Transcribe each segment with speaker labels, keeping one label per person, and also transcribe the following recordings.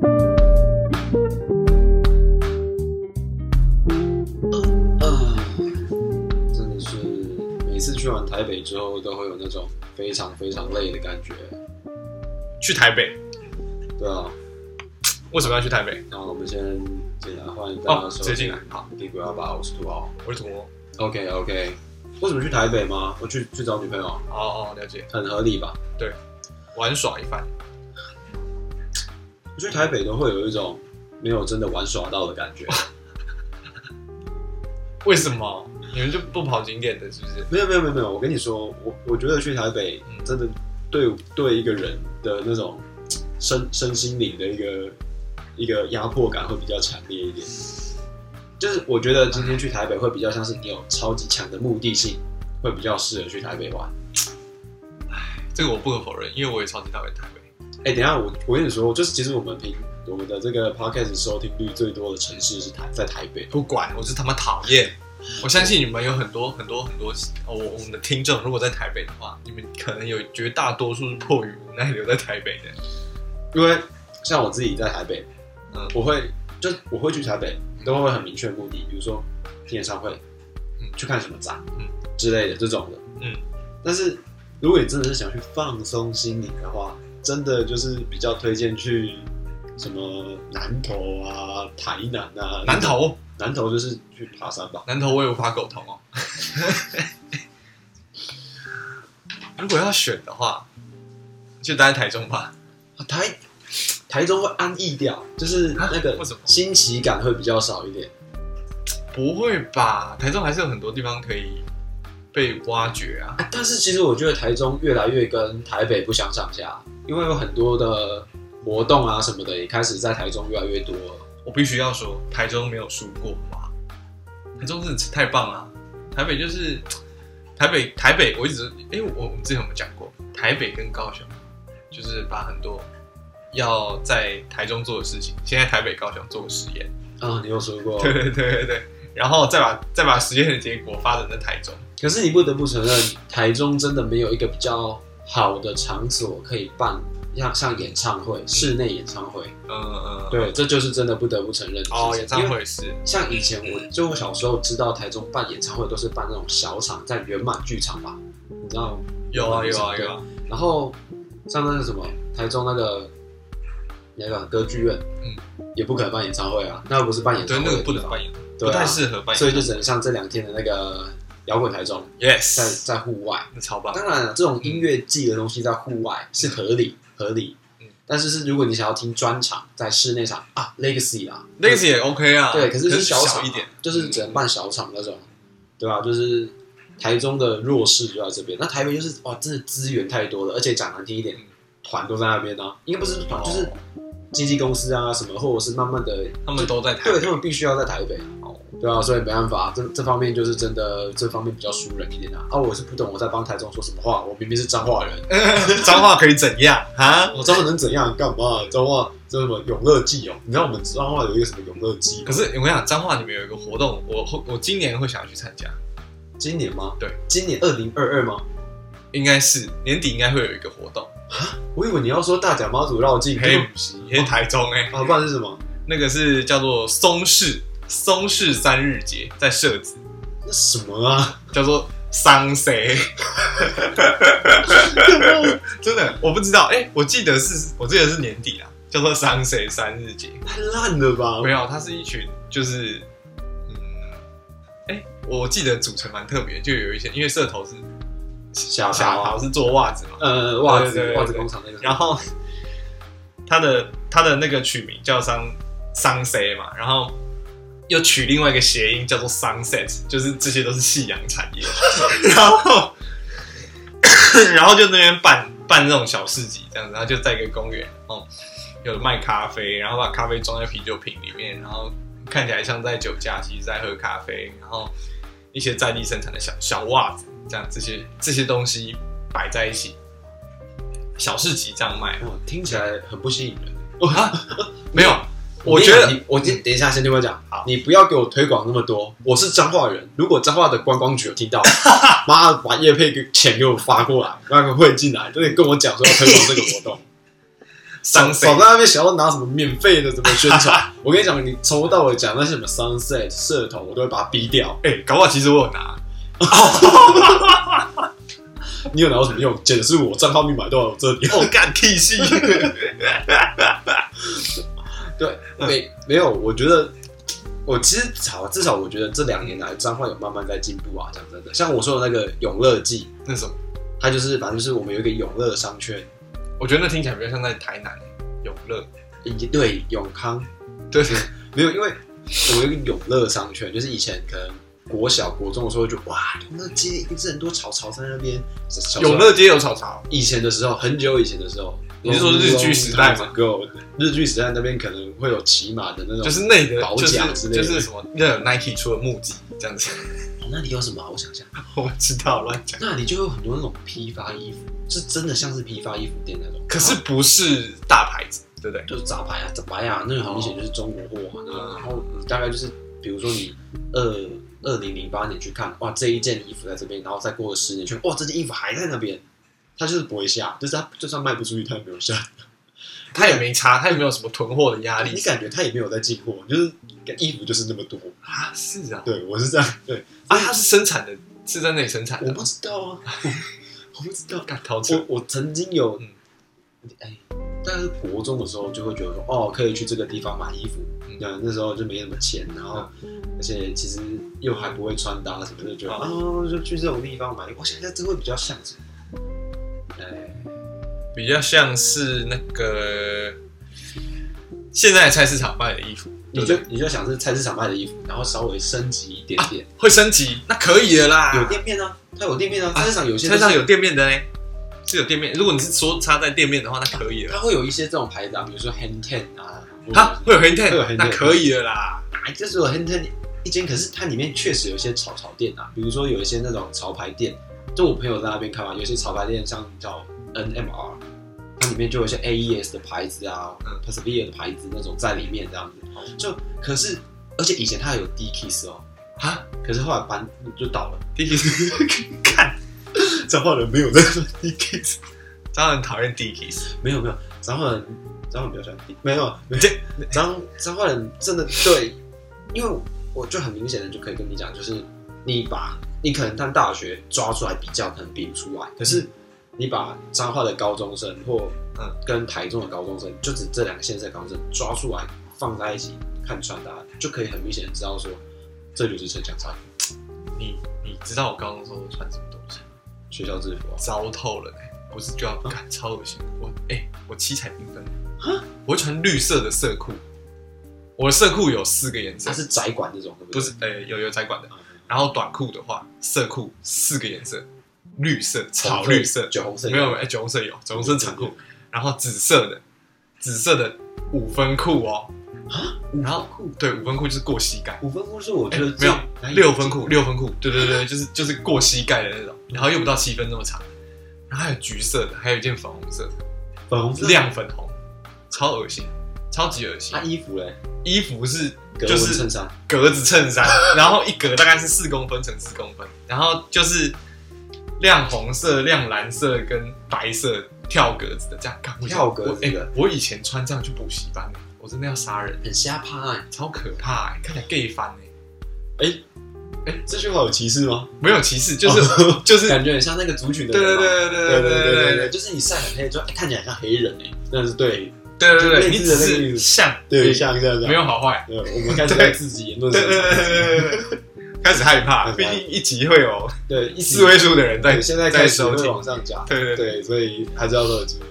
Speaker 1: 真的是每次去完台北之后，都会有那种非常非常累的感觉。
Speaker 2: 去台北，
Speaker 1: 对啊，
Speaker 2: 为什么要去台北？
Speaker 1: 那我们先简单换一个
Speaker 2: 哦
Speaker 1: 收
Speaker 2: 直接进来
Speaker 1: 好，帝国要把我是土豪。
Speaker 2: 我是土魔。
Speaker 1: OK OK，为什么去台北吗？我去去找女朋友，
Speaker 2: 哦哦，了解。
Speaker 1: 很合理吧？
Speaker 2: 玩耍一番，
Speaker 1: 我去台北都会有一种没有真的玩耍到的感觉。
Speaker 2: 为什么你们就不跑景点的？是不是？
Speaker 1: 没有没有没有没有，我跟你说，我我觉得去台北
Speaker 2: 嗯
Speaker 1: 真的对对一个人的那种身身心灵的一个一个压迫感会比较强烈一点。就是我觉得今天去台北会比较像是你有超级强的目的性，会比较适合去台北玩。
Speaker 2: 这个我不可否认，因为我也超级讨厌台北。
Speaker 1: 哎、等一下我我跟你说，就是其实我们平我们的这个 podcast 收听率最多的城市是台在台北。
Speaker 2: 不管，我是他妈讨厌。我相信你们有很多很多很多，哦我我们的听众如果在台北的话，你们可能有绝大多数是迫于无奈留在台北的。
Speaker 1: 因为像我自己在台北，
Speaker 2: 嗯
Speaker 1: 我会就我会去台北，都会很明确的目的，比如说听演唱会，
Speaker 2: 嗯
Speaker 1: 去看什么展，
Speaker 2: 嗯
Speaker 1: 之类的这种的，
Speaker 2: 嗯。
Speaker 1: 但是如果你真的是想去放松心灵的话，真的就是比较推荐去什么南投啊、台南啊。
Speaker 2: 南投，
Speaker 1: 南投就是去爬山吧。
Speaker 2: 南投我也无法苟同哦。 如果要选的话，就待在台中吧。
Speaker 1: 啊台台中会安逸掉，就是那
Speaker 2: 啊
Speaker 1: 个
Speaker 2: 为什么
Speaker 1: 新奇感会比较少一点。
Speaker 2: 不会吧？台中还是有很多地方可以被挖掘啊。
Speaker 1: 啊但是其实我觉得台中越来越跟台北不相上下，因为有很多的活动啊什么的也开始在台中越来越多了。
Speaker 2: 我必须要说，台中没有输过嘛，台中真的是太棒了、台北就是台北，台北我一直哎、我我们之前有没有讲过，台北跟高雄就是把很多要在台中做的事情，先在台北、高雄做个实 验，
Speaker 1: 啊，你有说过？
Speaker 2: 对对对对对，然后再把再把实验的结果发展在台中。
Speaker 1: 可是你不得不承认，台中真的没有一个比较好的场所可以办，像像演唱会、室内演唱会。
Speaker 2: 嗯嗯，嗯，
Speaker 1: 对，这就是真的不得不承认的
Speaker 2: 哦，
Speaker 1: 事情
Speaker 2: 演唱
Speaker 1: 因为
Speaker 2: 会是，
Speaker 1: 像以前我就我小时候知道台中办演唱会都是办那种小场，在圆满剧场吧，你知道吗？
Speaker 2: 有啊有啊有啊，
Speaker 1: 然后像那个什么台中那个那个歌剧院，也不可能办演唱会啊，那又不是办演
Speaker 2: 嗯对
Speaker 1: 唱，会
Speaker 2: 那
Speaker 1: 的地
Speaker 2: 个
Speaker 1: 方，
Speaker 2: 不能扮演，
Speaker 1: 对
Speaker 2: 不
Speaker 1: 啊
Speaker 2: 太适合扮演，
Speaker 1: 所以就只能像这两天的那个摇滚台中，在
Speaker 2: yes，
Speaker 1: 在户外。
Speaker 2: 那超棒，
Speaker 1: 当然啊了，这种音乐季的东西在户外是合理合理
Speaker 2: 嗯，
Speaker 1: 但是是如果你想要听专场，在室内场啊，Legacy 啊，
Speaker 2: 那个也 OK 啊，
Speaker 1: 对，可是是
Speaker 2: 小
Speaker 1: 小场啊
Speaker 2: 一点。，嗯
Speaker 1: 就是只能办小场那种，对吧、就是台中的弱势就在这边，那台北就是哇，真的资源太多了，而且讲难听一点
Speaker 2: 嗯，
Speaker 1: 团都在那边呢、应该不是团，
Speaker 2: 哦
Speaker 1: 就是经纪公司啊什么，或者是慢慢的，
Speaker 2: 他们都在台
Speaker 1: 对
Speaker 2: 北哦
Speaker 1: 他们必须要在台北，对啊，所以没办法，这这方面就是真的这方面比较输人一点啊。啊，我是不懂我在帮台中说什么话，我明明是彰化人，
Speaker 2: 脏话可以怎样啊？
Speaker 1: 我彰化能怎样干嘛？彰化这什么永乐季哦，你知道我们彰化有一个什么永乐季吗？
Speaker 2: 可是我跟你讲，脏话里面有一个活动，我后我今年会想要去参加，
Speaker 1: 今年吗？
Speaker 2: 对，
Speaker 1: 今年二零二二吗？
Speaker 2: 应该是年底应该会有一个活动，
Speaker 1: 我以为你要说大甲妈祖绕境，
Speaker 2: 黑
Speaker 1: 啊，
Speaker 2: 五十，黑台中哎、
Speaker 1: 不然是什么？
Speaker 2: 那个是叫做松市松市三日节，在社子
Speaker 1: 那什么啊？
Speaker 2: 叫做桑谁， 真的我不知道哎、我记得是我记得是年底啦，叫做桑谁三日节，
Speaker 1: 太烂了吧！
Speaker 2: 没有，它是一群就是，嗯，哎、我记得组成蛮特别，就有一些因为社头是
Speaker 1: 小
Speaker 2: 小
Speaker 1: 桃啊
Speaker 2: 桃是做袜子嘛，
Speaker 1: 呃，袜子
Speaker 2: 对对对
Speaker 1: 袜子工厂那个，
Speaker 2: 然后他的他的那个取名叫桑桑 C 嘛，然后又取另外一个谐音叫做 sunset，就是这些都是夕阳产 业，然后然后就那边办办这种小市集这样子，然后就在一个公园哦，有卖咖啡，然后把咖啡装在啤酒瓶里面，然后看起来像在酒家，其实在喝咖啡，然后一些在地生产的小小袜子，这样这些这些东西摆在一起，小市集这样卖。
Speaker 1: 哇，听起来很不吸引人。
Speaker 2: 啊，没有，我觉得
Speaker 1: 你我等等一下先听我讲，你不要给我推广那么多。我是彰化人，如果彰化的观光局有听 到，妈把叶配给钱给我发过来，那个会进来，都得跟我讲说要推广这个活 动。
Speaker 2: 上
Speaker 1: 少
Speaker 2: 谁
Speaker 1: 在那边想要拿什么免费的怎么宣传？我跟你讲，你从头到尾讲那些什么 sunset 社头，我都会把它逼掉。
Speaker 2: 哎、搞不好其实我有 拿，
Speaker 1: 你有拿到什么用？简直是我账号密码都有这里。
Speaker 2: 我干屁戏，
Speaker 1: 对，没没有，我觉得我其实好，至少我觉得这两年来彰化有慢慢在进步啊。讲真的，像我说的那个永乐季，
Speaker 2: 那什么？
Speaker 1: 它就是反正就是我们有一个永乐商圈，
Speaker 2: 我觉得那听起来比较像在台南永乐，
Speaker 1: 以及对永康
Speaker 2: 对，
Speaker 1: 没有，因为我们有一个永乐商圈，就是以前可能。国小、国中的时候就哇，永乐街一定是很多草草在那边。小时候
Speaker 2: 永乐街有草草，
Speaker 1: 以前的时候，很久以前的时候，
Speaker 2: 你是说日剧时代吗
Speaker 1: Long time ago，日剧时代那边可能会有骑马的那种，
Speaker 2: 就是那个
Speaker 1: 保
Speaker 2: 就
Speaker 1: 甲之
Speaker 2: 是
Speaker 1: 类的
Speaker 2: 就是什么那有 Nike 出的木屐这样子，
Speaker 1: 哦那里有什么啊？我想想，
Speaker 2: 我不知道乱讲，
Speaker 1: 那里就有很多那种批发衣服，是真的像是批发衣服店那种。
Speaker 2: 可是不是大牌子，对不对？
Speaker 1: 就是杂牌啊，杂牌啊，那个很明显就是中国货啊。然后你大概就是，比如说你二二零零八年去看，哇，这一件衣服在这边，然后再过了十年去，哇，这件衣服还在那边，它就是不会下，就是它就算卖不出去，它也没有下。
Speaker 2: 他也没差，他也没有什么囤货的压力
Speaker 1: 你感觉它也没有在进货，就是衣服就是那么多。
Speaker 2: 啊，是啊，
Speaker 1: 对，我是这样。对，
Speaker 2: 啊，他是生产的，是在那里生产
Speaker 1: 我
Speaker 2: 的，
Speaker 1: 不知道啊， 我不知道。
Speaker 2: 干陶喆
Speaker 1: 我我曾经有
Speaker 2: 嗯，
Speaker 1: 哎、大概是国中的时候就会觉得说，哦，可以去这个地方买衣服。
Speaker 2: 嗯
Speaker 1: 那、那时候就没什么钱，然后、而且其实又还不会穿搭什么的，就觉得啊、就去这种地方买。我想一下，这会比较像什么？哎、
Speaker 2: 比较像是那个现在菜市场卖的衣服，对
Speaker 1: 你
Speaker 2: 不
Speaker 1: 就
Speaker 2: 对？
Speaker 1: 你就想是菜市场卖的衣服，然后稍微升级一点点，
Speaker 2: 会升级，那可以的啦。
Speaker 1: 有店面啊，它有店面啊，
Speaker 2: 啊
Speaker 1: 菜市场有些
Speaker 2: 菜市场
Speaker 1: 就是
Speaker 2: 有店面的呢，是有店面。如果你是说插在店面的话，那可以了。
Speaker 1: 它会有一些这种牌子啊，比如说 Hand Ten 啊，或者
Speaker 2: 啊，会有 hand
Speaker 1: 会有
Speaker 2: ten，
Speaker 1: hand
Speaker 2: 那
Speaker 1: tan
Speaker 2: 可以了啦。
Speaker 1: 啊，就是有很很一间，可是它里面确实有一些潮潮店啊，比如说有一些那种潮牌店，就我朋友在那边看嘛，有一些潮牌店像叫 NMR，它里面就有一些 AES 的牌子啊、
Speaker 2: 嗯
Speaker 1: p e r s e v e r 的牌子那种在里面这样子，就可是而且以前它还有 D Kiss 哦，
Speaker 2: 啊
Speaker 1: 可是后来搬就倒了，
Speaker 2: ，D kiss，看，
Speaker 1: 彰化人没有在 D Kiss，
Speaker 2: 张很讨厌 D kiss，
Speaker 1: 没有没有，彰化人彰化人比较喜欢 D，没有没有
Speaker 2: 这
Speaker 1: 彰彰化人真的对，因为我就很明显的就可以跟你讲，就是你把你可能看大学抓出来比较，可能比不出来，可是你把彰化的高中生或呃
Speaker 2: 嗯
Speaker 1: 跟台中的高中生，就只这两个县市的高中生抓出来放在一起看穿搭，就可以很明显的知道说这就是城乡差距，
Speaker 2: 你你知道我高中时候都穿什么东西吗？
Speaker 1: 学校制服啊，
Speaker 2: 糟透了呢、欸不是就要不敢，超恶心的。我哎、我七彩缤纷，我会穿绿色的色裤，我的色裤有四个颜色
Speaker 1: 它，是窄管这种，对不
Speaker 2: 不
Speaker 1: 对？
Speaker 2: 是呃有有窄管的。
Speaker 1: 啊，
Speaker 2: 然后短裤的话，色裤四个颜色，绿色、
Speaker 1: 啊红
Speaker 2: 草
Speaker 1: 色
Speaker 2: 绿色，
Speaker 1: 酒红色
Speaker 2: 没有哎、酒红色有，酒红色长裤，然后紫色的，紫色的五分裤哦，然后
Speaker 1: 裤
Speaker 2: 对五分裤就是过膝盖，
Speaker 1: 五分裤是我觉
Speaker 2: 哎
Speaker 1: 得
Speaker 2: 没
Speaker 1: 最
Speaker 2: 有
Speaker 1: 难以
Speaker 2: 六分
Speaker 1: 理
Speaker 2: 裤，
Speaker 1: 解
Speaker 2: 六分裤，对对对，就是就是过膝盖的那种，然后又不到七分那么长，然后还有橘色的，还有一件粉红色的，
Speaker 1: 粉红色
Speaker 2: 亮粉红，超恶心，超级恶心
Speaker 1: 他。衣服嘞，
Speaker 2: 衣服是
Speaker 1: 啊格
Speaker 2: 就
Speaker 1: 纹
Speaker 2: 是
Speaker 1: 衬衫，
Speaker 2: 格子衬衫，然后一格大概是四公分乘四公分，然后就是亮红色、亮蓝色跟白色跳格子的这样。干我
Speaker 1: 跳格子的
Speaker 2: 我哎我以前穿这样去补习班、我真的要杀人，
Speaker 1: 很瞎趴哎、
Speaker 2: 超可怕、哎看起来 gay 翻哎、
Speaker 1: 这句话有歧视吗？
Speaker 2: 没有歧视，就是、
Speaker 1: 哦
Speaker 2: 就是，对
Speaker 1: 感觉很像那个族群的
Speaker 2: 对
Speaker 1: 人嘛。
Speaker 2: 对对对
Speaker 1: 对
Speaker 2: 对
Speaker 1: 对对
Speaker 2: 对
Speaker 1: 就是你晒很黑，就哎看起来像黑人哎、但是对
Speaker 2: 对对
Speaker 1: 就
Speaker 2: 对，
Speaker 1: 类似的那个
Speaker 2: 你
Speaker 1: 意
Speaker 2: 只
Speaker 1: 思
Speaker 2: 是像
Speaker 1: 对，像这样
Speaker 2: 没有好坏，
Speaker 1: 对，我们开始在自己言论
Speaker 2: 对对对对对对对，开始害怕，
Speaker 1: 很
Speaker 2: 毕
Speaker 1: 难
Speaker 2: 竟一集会有
Speaker 1: 对一
Speaker 2: 四位数的人在
Speaker 1: 对，现在
Speaker 2: 在
Speaker 1: 开始
Speaker 2: 收
Speaker 1: 会
Speaker 2: 听，
Speaker 1: 往上加，
Speaker 2: 对对对。
Speaker 1: 对，所以还是要乐注意。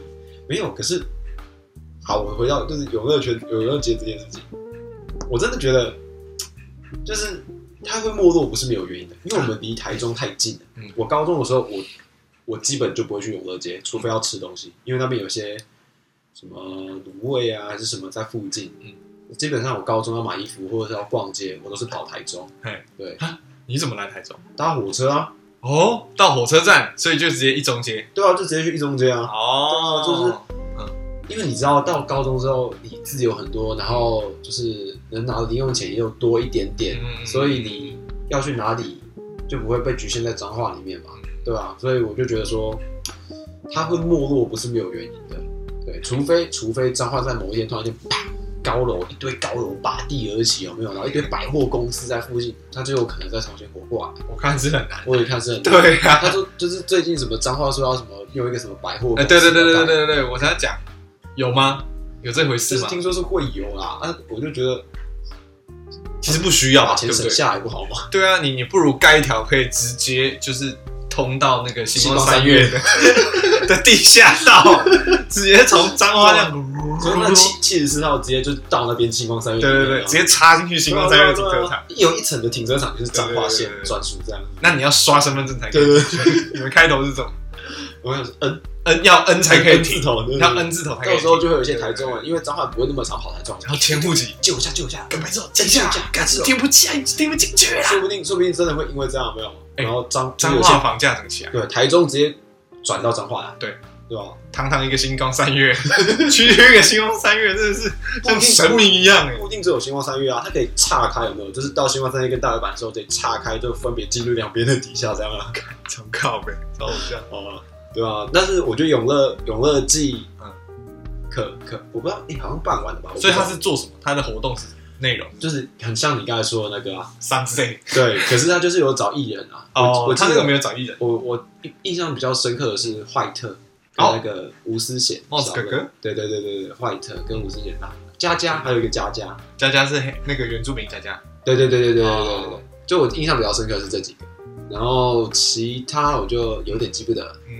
Speaker 1: 没有，可是好，我回到就是永乐圈、永乐节这件事情，我真的觉得就是它会没落不是没有原因的，因为我们离台中太近了。
Speaker 2: 嗯
Speaker 1: 我高中的时候，我我基本就不会去永乐街，除非要吃东西，因为那边有些什么卤味啊，还是什么在附近。
Speaker 2: 嗯
Speaker 1: 基本上我高中要买衣服或者是要逛街，我都是跑台中
Speaker 2: 嘿。
Speaker 1: 对，
Speaker 2: 你怎么来台中？
Speaker 1: 搭火车啊，
Speaker 2: 哦，到火车站，所以就直接一中街。
Speaker 1: 对啊，就直接去一中街啊。
Speaker 2: 哦
Speaker 1: 就是因为你知道到高中之后你自己有很多，然后就是能拿的零用钱又多一点点，
Speaker 2: 嗯
Speaker 1: 所以你要去哪里就不会被局限在脏话里面
Speaker 2: 嗯
Speaker 1: 嘛，对吧、所以我就觉得说，它会没落不是没有原因的，对，除非除非脏话在某一天突然间啪高楼一堆高楼拔地而起，有
Speaker 2: 嗯
Speaker 1: 没有？然后一堆百货公司在附近，它就有可能再重新活过来。
Speaker 2: 我看是很难。
Speaker 1: 我也看是很，
Speaker 2: 对啊呀、
Speaker 1: 他说就是最近什么脏话说要什么用一个什么百货公司
Speaker 2: 哎、对对对对对对对，我才讲，有吗？有这回
Speaker 1: 就
Speaker 2: 事
Speaker 1: 是
Speaker 2: 吗？
Speaker 1: 听说是会有啦，啊，我就觉得
Speaker 2: 其实不需要
Speaker 1: 把
Speaker 2: 嘛，
Speaker 1: 钱
Speaker 2: 啊对不
Speaker 1: 省
Speaker 2: 对？
Speaker 1: 下来不好 吗？
Speaker 2: 对啊，你你不如盖一条可以直接就是通到那个星
Speaker 1: 星
Speaker 2: 光
Speaker 1: 光
Speaker 2: 三
Speaker 1: 三
Speaker 2: 月
Speaker 1: 月
Speaker 2: 的 的地下道，直接从彰化那样，
Speaker 1: 所以哦那七七十四号直接就到那边星光三月
Speaker 2: 对
Speaker 1: 里面
Speaker 2: 对
Speaker 1: 了，
Speaker 2: 对，直接插进去星光三月停车场。
Speaker 1: 对啊，对啊对啊有一层的停车场就是彰化县
Speaker 2: 对对对对对
Speaker 1: 专属这样子。
Speaker 2: 那你要刷身份证才可
Speaker 1: 对
Speaker 2: 以。
Speaker 1: 对对，
Speaker 2: 你们开头是怎么
Speaker 1: 我想说嗯 N
Speaker 2: ？N 要 N 才可以
Speaker 1: N 字
Speaker 2: 停，
Speaker 1: 头，对对对
Speaker 2: 要 N 字头才可
Speaker 1: 到
Speaker 2: 以停。
Speaker 1: 时候就会有一些台中人，啊因为彰化不会那么常跑台中，啊
Speaker 2: 然后迁户籍，
Speaker 1: 救一下救一下，白痴哦，
Speaker 2: 等
Speaker 1: 救
Speaker 2: 一
Speaker 1: 一下
Speaker 2: 下，，
Speaker 1: 干
Speaker 2: 干
Speaker 1: 死
Speaker 2: 是
Speaker 1: 哦
Speaker 2: 听不进，听不进去啦。
Speaker 1: 啊说不定说不定真的会因为这样有没有，
Speaker 2: 哎
Speaker 1: 然后彰
Speaker 2: 彰
Speaker 1: 有些
Speaker 2: 化房价整起啊来，
Speaker 1: 对台中直接转到彰化来，
Speaker 2: 对
Speaker 1: 对吧？
Speaker 2: 堂堂一个星光 三月，区区一个星光三月，真的是像神明一样哎。
Speaker 1: 固定只有星光三月啊，它可以岔开有没有？就是到星光三月跟大老板的时候，得岔开就分别进入两边的底下这样啊，
Speaker 2: 超靠呗，超像。
Speaker 1: 哦，对啊。但是我觉得永乐永乐季，
Speaker 2: 嗯
Speaker 1: 可可我不知道，你、好像办完了吧？我不知
Speaker 2: 所以
Speaker 1: 道
Speaker 2: 他是做什么？他的活动是什么内容
Speaker 1: 就是很像你刚才说的那个啊，
Speaker 2: 上 C
Speaker 1: 对。可是他就是有找艺人啊，我我记
Speaker 2: 他那个没
Speaker 1: 得
Speaker 2: 有找艺人，
Speaker 1: 我我印象比较深刻的是坏特跟
Speaker 2: 哦
Speaker 1: 那个吴思贤，
Speaker 2: 帽子哥哥
Speaker 1: 知道吗，对对对对对，坏特跟吴思贤啊，佳佳还有一个佳佳，
Speaker 2: 佳佳是黑那个原住民佳佳，
Speaker 1: 对对对对对对对对
Speaker 2: 哦
Speaker 1: 对，就我印象比较深刻是这几个，然后其他我就有点记不得了，
Speaker 2: 嗯，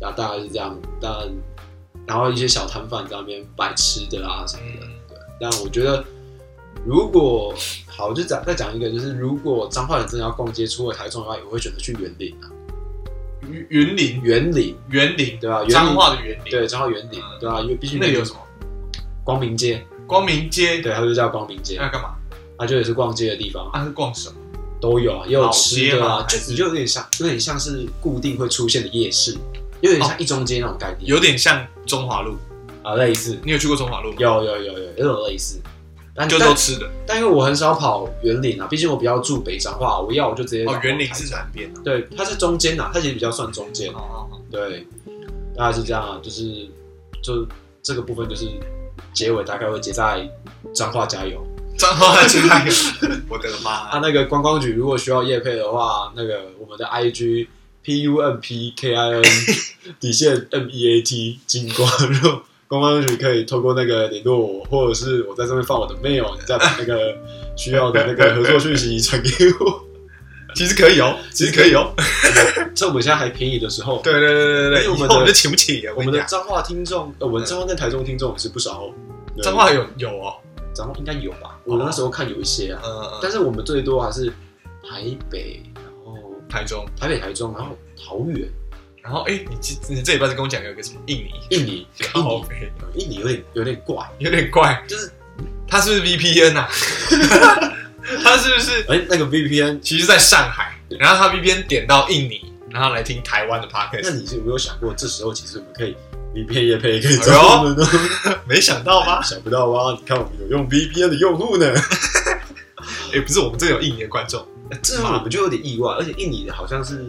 Speaker 1: 然后大概是这样，但然后一些小摊贩在那边摆吃的啦什么的，
Speaker 2: 嗯
Speaker 1: 对。但我觉得如果好，我就讲再讲一个，就是如果彰化人真的要逛街，除了台中以外，我会选择去园林啊，
Speaker 2: 云云林
Speaker 1: 园林
Speaker 2: 嗯园林
Speaker 1: 对吧、园
Speaker 2: 彰
Speaker 1: 林
Speaker 2: 化的园林，
Speaker 1: 对彰化园林
Speaker 2: 嗯
Speaker 1: 对吧、啊因为毕竟
Speaker 2: 那里有什么？
Speaker 1: 光明街，
Speaker 2: 光明街，
Speaker 1: 对，它就叫光明街，
Speaker 2: 要干嘛？
Speaker 1: 它就也是逛街的地方啊。
Speaker 2: 啊，是逛什么？
Speaker 1: 都有啊，也有吃的
Speaker 2: 老街吗
Speaker 1: 啊，
Speaker 2: 还
Speaker 1: 就是你就有点像，有点像是固定会出现的夜市，有点像一中街那种概念，
Speaker 2: 有点像中华路，
Speaker 1: 啊类似，
Speaker 2: 你有去过中华路吗？
Speaker 1: 有有有有有种类似，但
Speaker 2: 就
Speaker 1: 但
Speaker 2: 都吃的。
Speaker 1: 但因为我很少跑园林啊，毕竟我比较住北彰化，我要我就直接
Speaker 2: 哦，园林
Speaker 1: 跑台
Speaker 2: 是南边的。
Speaker 1: 对，它是中间啊，它其实比较算中间，
Speaker 2: 哦哦
Speaker 1: 对，大概是这样啊，就是就这个部分就是结尾大概会结在彰化加油，
Speaker 2: 哦，彰化街那个， 我的妈
Speaker 1: 啊，！那个观光局如果需要业配的话，那个我们的 IG P U N P K I N 底线 M E A T 金光肉，观光局可以透过那个联络我，或者是我在上面放我的 mail，你再把那个需要的那个合作讯息传给 我。
Speaker 2: 其实可以哦，其实可以哦。
Speaker 1: 趁我们现在还便宜的时候，
Speaker 2: 对对对对
Speaker 1: 哦因
Speaker 2: 对，
Speaker 1: 为
Speaker 2: 以
Speaker 1: 我们的
Speaker 2: 后我们就请不起啊。
Speaker 1: 我
Speaker 2: 跟
Speaker 1: 们
Speaker 2: 你
Speaker 1: 的
Speaker 2: 讲
Speaker 1: 彰化听众，呃我们彰化在台中听众也是不少哦。对
Speaker 2: 彰化有有哦，
Speaker 1: 彰化应该有吧？我那时候看有一些啊，
Speaker 2: 呃，
Speaker 1: 但是我们最多还是台北，然后
Speaker 2: 台中。
Speaker 1: 台北、台中，然后桃园、
Speaker 2: 然后哎、诶你这你这礼拜是跟我讲有一个什么 印尼，
Speaker 1: 印尼、印
Speaker 2: 靠
Speaker 1: 尼。
Speaker 2: 北
Speaker 1: 印尼有点有点怪，
Speaker 2: 有点怪，
Speaker 1: 就是
Speaker 2: 他是不是 VPN 啊？他是不是
Speaker 1: 哎、那个 VPN，
Speaker 2: 其实在上海，然后他 VPN 点到印尼，然后来听台湾的 podcast，
Speaker 1: 那你是有没有想过，这时候其实我们可以 VPN 也配可以
Speaker 2: 哎呦啊
Speaker 1: 找我们呢？
Speaker 2: 没想到吧？
Speaker 1: 想不到吧？你看我们有用 VPN 的用户 呢，
Speaker 2: 哎、不是，我们这有印尼的观众，
Speaker 1: 这让我们就有点意外，而且印尼的好像是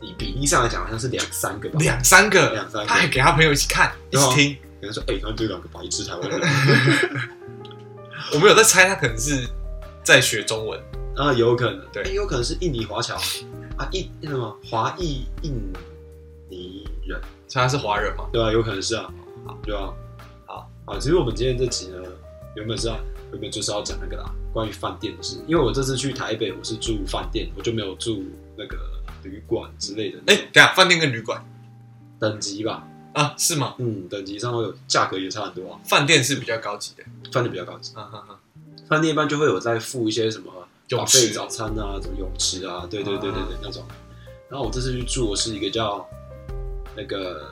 Speaker 1: 以比例上来讲，好像是两三个吧。
Speaker 2: 两三个，
Speaker 1: 两三个
Speaker 2: 他还给他朋友一起看，一
Speaker 1: 对啊
Speaker 2: 起听。
Speaker 1: 有人说，哎、他们就两个白痴台湾人
Speaker 2: 我们有在猜他可能是在学中文，
Speaker 1: 啊，有可能，
Speaker 2: 对
Speaker 1: 哎有可能是印尼华侨啊，印那什么华裔印尼人，
Speaker 2: 所以他是华人嘛？
Speaker 1: 对啊，有可能是啊，对啊，
Speaker 2: 好
Speaker 1: 啊，其实我们今天这集呢，原本是要原本就是要讲那个啦，关于饭店的事，因为我这次去台北，我是住饭店，我就没有住那个旅馆之类的，
Speaker 2: 哎、等一下饭店跟旅馆
Speaker 1: 等级吧，
Speaker 2: 啊，是吗？
Speaker 1: 嗯，等级上会有价格也差很多啊，
Speaker 2: 饭店是比较高级的，
Speaker 1: 饭店比较高级，
Speaker 2: 啊啊啊！
Speaker 1: 饭店一般就会有在付一些什么
Speaker 2: 泳
Speaker 1: 保
Speaker 2: 池
Speaker 1: 费早餐啊，什么泳池啊，对对对对对、
Speaker 2: 啊
Speaker 1: 那种，然后我这次去住的是一个叫那个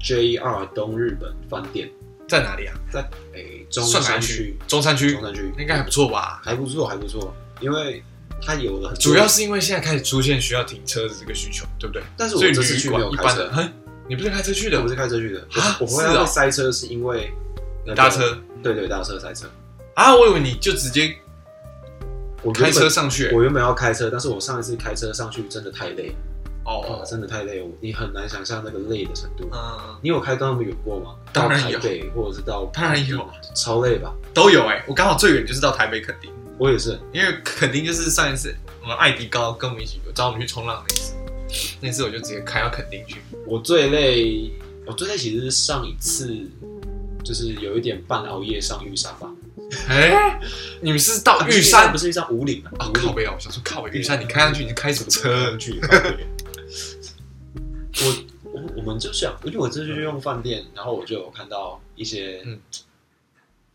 Speaker 1: JR 东日本饭店，
Speaker 2: 在哪里啊？
Speaker 1: 在诶中
Speaker 2: 算哪
Speaker 1: 山
Speaker 2: 一
Speaker 1: 区
Speaker 2: 区？。中山区
Speaker 1: 中，山区
Speaker 2: 应该还不错吧？
Speaker 1: 还不错，还不错，因为它有了很多
Speaker 2: 主要，是因为现在开始出现需要停车的这个需求，对不对？
Speaker 1: 但是
Speaker 2: 所以
Speaker 1: 我这次
Speaker 2: 旅
Speaker 1: 去没
Speaker 2: 馆
Speaker 1: 有
Speaker 2: 一
Speaker 1: 开
Speaker 2: 般
Speaker 1: 车
Speaker 2: 的，，哼你不是开车去
Speaker 1: 我
Speaker 2: 的
Speaker 1: 不？是开车去的
Speaker 2: 啊，
Speaker 1: 我回来
Speaker 2: 是哦
Speaker 1: 会塞车是因为那个
Speaker 2: 搭，车
Speaker 1: 对对，搭车塞车。
Speaker 2: 啊？我以为你就直接
Speaker 1: 我原
Speaker 2: 开
Speaker 1: 本
Speaker 2: 车，上去、欸
Speaker 1: 我原本要开车，但是我上一次开车上去真的太累，哦，
Speaker 2: 哦，
Speaker 1: 真的太累，我你很难想象那个累的程度。
Speaker 2: 嗯，
Speaker 1: 你有开到那么远过吗？
Speaker 2: 当然
Speaker 1: 到台
Speaker 2: 有
Speaker 1: 北或者是到
Speaker 2: 当然有，
Speaker 1: 超累吧？
Speaker 2: 都有哎、我刚好最远就是到台北垦丁，
Speaker 1: 我也是，
Speaker 2: 因为垦丁就是上一次我们艾迪高跟我们一起找我们去冲浪那一次，那次我就直接开到垦丁去。
Speaker 1: 我最累，我最累其实是上一次，就是有一点半熬夜上玉山吧。
Speaker 2: 哎、你们是到啊玉
Speaker 1: 不
Speaker 2: 山？
Speaker 1: 啊是玉山五岭啊，
Speaker 2: 啊
Speaker 1: 五
Speaker 2: 靠
Speaker 1: 岭
Speaker 2: 北啊！我想说靠北玉山，你开上去你是开什么车？
Speaker 1: 去。靠 北我我我们就想，因为我这次去用饭店，然后我就有看到一些，
Speaker 2: 嗯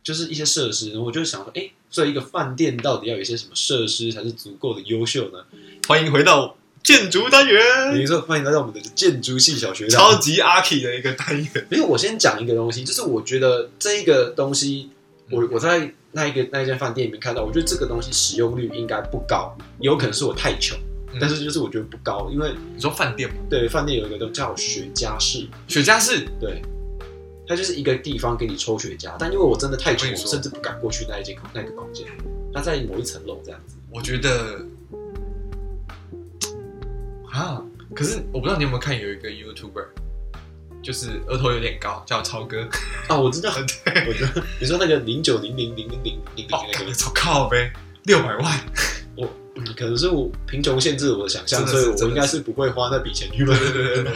Speaker 1: 就是一些设施，然后我就想说，哎、作为一个饭店到底要有一些什么设施才是足够的优秀呢？
Speaker 2: 欢迎回到建筑单
Speaker 1: 比
Speaker 2: 元，
Speaker 1: 如说，欢迎来到我们的建筑系小学堂
Speaker 2: 嗯超。级阿 K 的一个单元。
Speaker 1: 因为我先讲一个东西，就是我觉得这一个东西，
Speaker 2: 嗯
Speaker 1: 我我在那一个那一间饭店里面看到，我觉得这个东西使用率应该不高，有可能是我太穷，
Speaker 2: 嗯
Speaker 1: 但是就是我觉得不高，因为
Speaker 2: 你说饭店吗？
Speaker 1: 对饭店有一个都叫雪茄室，
Speaker 2: 雪茄是
Speaker 1: 对，它就是一个地方给你抽雪茄，但因为我真的太穷，
Speaker 2: 我跟
Speaker 1: 我
Speaker 2: 你说
Speaker 1: 甚至不敢过去那一间那个房间，它在某一层楼这样子，
Speaker 2: 我觉得啊，可是我不知道你有没有看有一个 YouTuber，就是额头有点高，叫超哥。
Speaker 1: 啊，我知道，
Speaker 2: 对，
Speaker 1: 我知道，你说那个零九零零零零零零零
Speaker 2: 哦，
Speaker 1: 那个，
Speaker 2: 超靠呗，六百万，
Speaker 1: 我嗯可能是我贫穷限制我的想象，
Speaker 2: 真
Speaker 1: 所
Speaker 2: 的是
Speaker 1: 以我
Speaker 2: 真
Speaker 1: 应
Speaker 2: 的
Speaker 1: 该
Speaker 2: 是
Speaker 1: 是不会花那笔钱去买。
Speaker 2: 对对对对对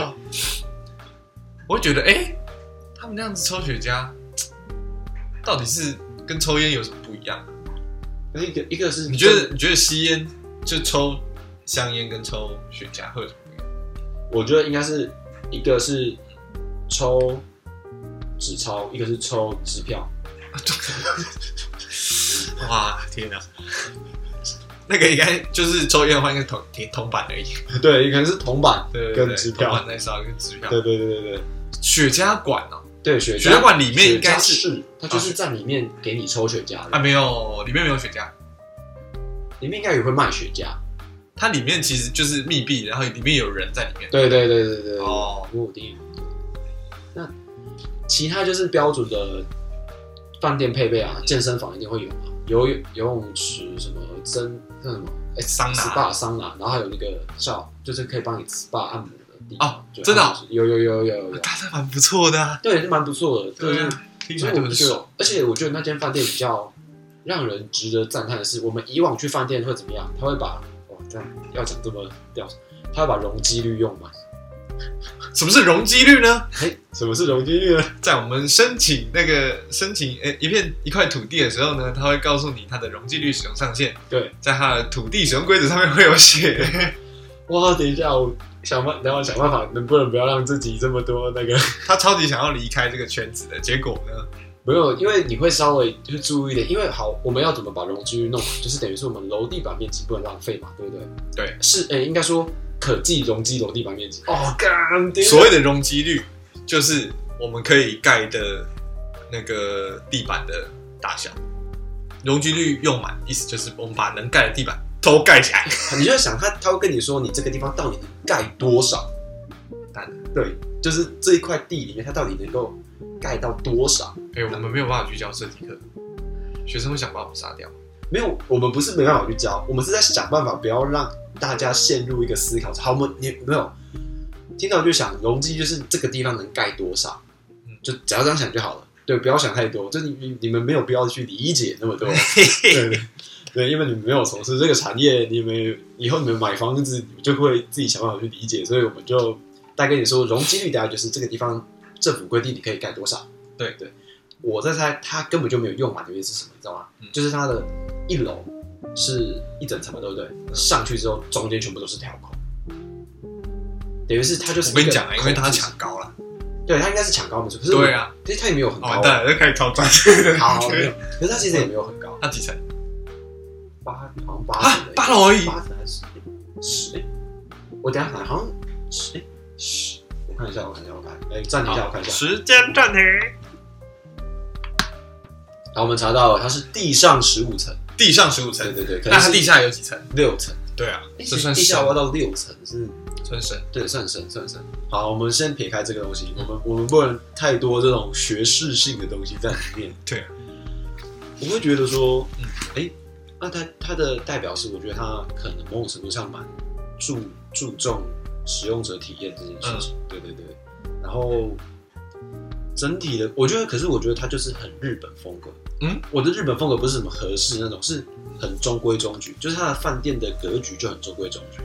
Speaker 2: 我会觉得哎、他们那样子抽雪茄，到底是跟抽烟有什么不一样？
Speaker 1: 可是一个一个是
Speaker 2: 你觉得你觉得吸烟就抽香烟跟抽雪茄会有什么不一样？
Speaker 1: 我觉得应该是一个是抽纸钞，一个是抽支票。
Speaker 2: 哇，天哪、那个应该就是抽烟的话，应该铜铜铜板而已，
Speaker 1: 对，可能是铜板
Speaker 2: 对对对，
Speaker 1: 跟支
Speaker 2: 铜
Speaker 1: 票
Speaker 2: 板。那少跟支票，
Speaker 1: 对对对对对
Speaker 2: 雪茄馆哦，
Speaker 1: 对，雪
Speaker 2: 雪茄馆里面
Speaker 1: 雪
Speaker 2: 应该
Speaker 1: 茄
Speaker 2: 是
Speaker 1: 是它就是在里面给你抽雪茄的，
Speaker 2: 啊，没有，里面没有雪茄，
Speaker 1: 里面应该也会卖雪茄。
Speaker 2: 它里面其实就是密闭，然后里面有人在里面。
Speaker 1: 对对对对对对。
Speaker 2: 哦，
Speaker 1: 我有定义。那其他就是标准的饭店配备啊，健身房一定会有啊，游泳游泳池什么蒸那什么哎
Speaker 2: 桑拿
Speaker 1: SPA 桑拿，然后还有那个叫就是可以帮你 SPA 按摩的地方
Speaker 2: 哦
Speaker 1: 就
Speaker 2: 真的哦
Speaker 1: 按摩有有有有有有，
Speaker 2: 它还蛮不错的啊，
Speaker 1: 对，是蛮不错的，就
Speaker 2: 对
Speaker 1: 是
Speaker 2: 啊，听起
Speaker 1: 所以我
Speaker 2: 来就
Speaker 1: 不
Speaker 2: 很
Speaker 1: 觉
Speaker 2: 爽
Speaker 1: 得，而且我觉得那间饭店比较让人值得赞叹的是，我们以往去饭店会怎么样？他会把哇这样要讲这么掉，他会把容积率用满。
Speaker 2: 什么是容积率呢？
Speaker 1: 哎，什么是容积率呢？
Speaker 2: 在我们申请那个申请呃一片一块土地的时候呢，它会告诉你它的容积率使用上限，
Speaker 1: 对，
Speaker 2: 在它的土地使用规则上面会有写。
Speaker 1: 哇，等一下，我想办，等一下我想办法，能不能不要让自己这么多那个？
Speaker 2: 他超级想要离开这个圈子的，结果呢？
Speaker 1: 没有，因为你会稍微就是注意一点，因为好，我们要怎么把容积率弄好，就是等于是我们楼地板面积不能浪费嘛，对不对？
Speaker 2: 对，
Speaker 1: 是，哎、应该说可计容积楼地板面积。哦，干，对
Speaker 2: 所谓的容积率，就是我们可以盖的那个地板的大小。容积率用满，意思就是我们把能盖的地板都盖起来。
Speaker 1: 你就想他，他会跟你说你这个地方到底能盖多少？
Speaker 2: 当然
Speaker 1: 对，就是这一块地里面，它到底能够盖到多少？
Speaker 2: 哎、我们没有办法去教设计课，学生会想把我们杀掉。
Speaker 1: 没有，我们不是没办法去教，我们是在想办法不要让大家陷入一个思考。好，我们你没有听到就想容积就是这个地方能盖多少，就只要这样想就好了。对，不要想太多，就你你你们没有必要去理解那么 多。对 对，因为你们没有从事这个产业，你们以后你们买房子，你们就会自己想办法去理解。所以我们就大概跟你说，容积率大概就是这个地方政府规定你可以盖多少。
Speaker 2: 对
Speaker 1: 对，我在猜它根本就没有用满的原因是什么，你知道吗？
Speaker 2: 嗯
Speaker 1: 就是它的一楼是一整层嘛，对不对？
Speaker 2: 嗯
Speaker 1: 上去之后中间全部都是挑空，等于是它就是
Speaker 2: 我跟你
Speaker 1: 一个
Speaker 2: 讲啊，因为他
Speaker 1: 空置
Speaker 2: 抢高了。
Speaker 1: 对他应该是抢高没错，可是
Speaker 2: 对啊，
Speaker 1: 我，其实他也没有很
Speaker 2: 哦
Speaker 1: 高、
Speaker 2: 完蛋了，就开始挑战。
Speaker 1: 好，没有
Speaker 2: 对，
Speaker 1: 可是他其实也没有很高，
Speaker 2: 他几层
Speaker 1: 八好像八
Speaker 2: 啊
Speaker 1: 十？
Speaker 2: 八楼而已。
Speaker 1: 八十还是十？哎我等一下看，好像十哎十，我看一下，我看一下，我看，哎，暂停一下，我看一下。
Speaker 2: 时间暂停。
Speaker 1: 然后我们查到了，它是地上十五层，
Speaker 2: 地上十五层
Speaker 1: 对，对对，可
Speaker 2: 那
Speaker 1: 能
Speaker 2: 它
Speaker 1: 是
Speaker 2: 地下有几层？
Speaker 1: 六层，
Speaker 2: 对啊，
Speaker 1: 诶
Speaker 2: 这算
Speaker 1: 地下
Speaker 2: 深，
Speaker 1: 挖到六层是，
Speaker 2: 算深。
Speaker 1: 对，算深，算深。嗯好，我们先撇开这个东西，我们我们不能太多这种学士性的东西在里面。
Speaker 2: 对，啊
Speaker 1: 我会觉得说
Speaker 2: 嗯，
Speaker 1: 哎、那他他的代表是，我觉得他可能某种程度上蛮注注重使用者体验这件事情。对对对，然后整体的，我觉得，可是我觉得他就是很日本风格。
Speaker 2: 嗯，
Speaker 1: 我的日本风格不是什么合适那种，是很中规中矩，就是他的饭店的格局就很中规中矩，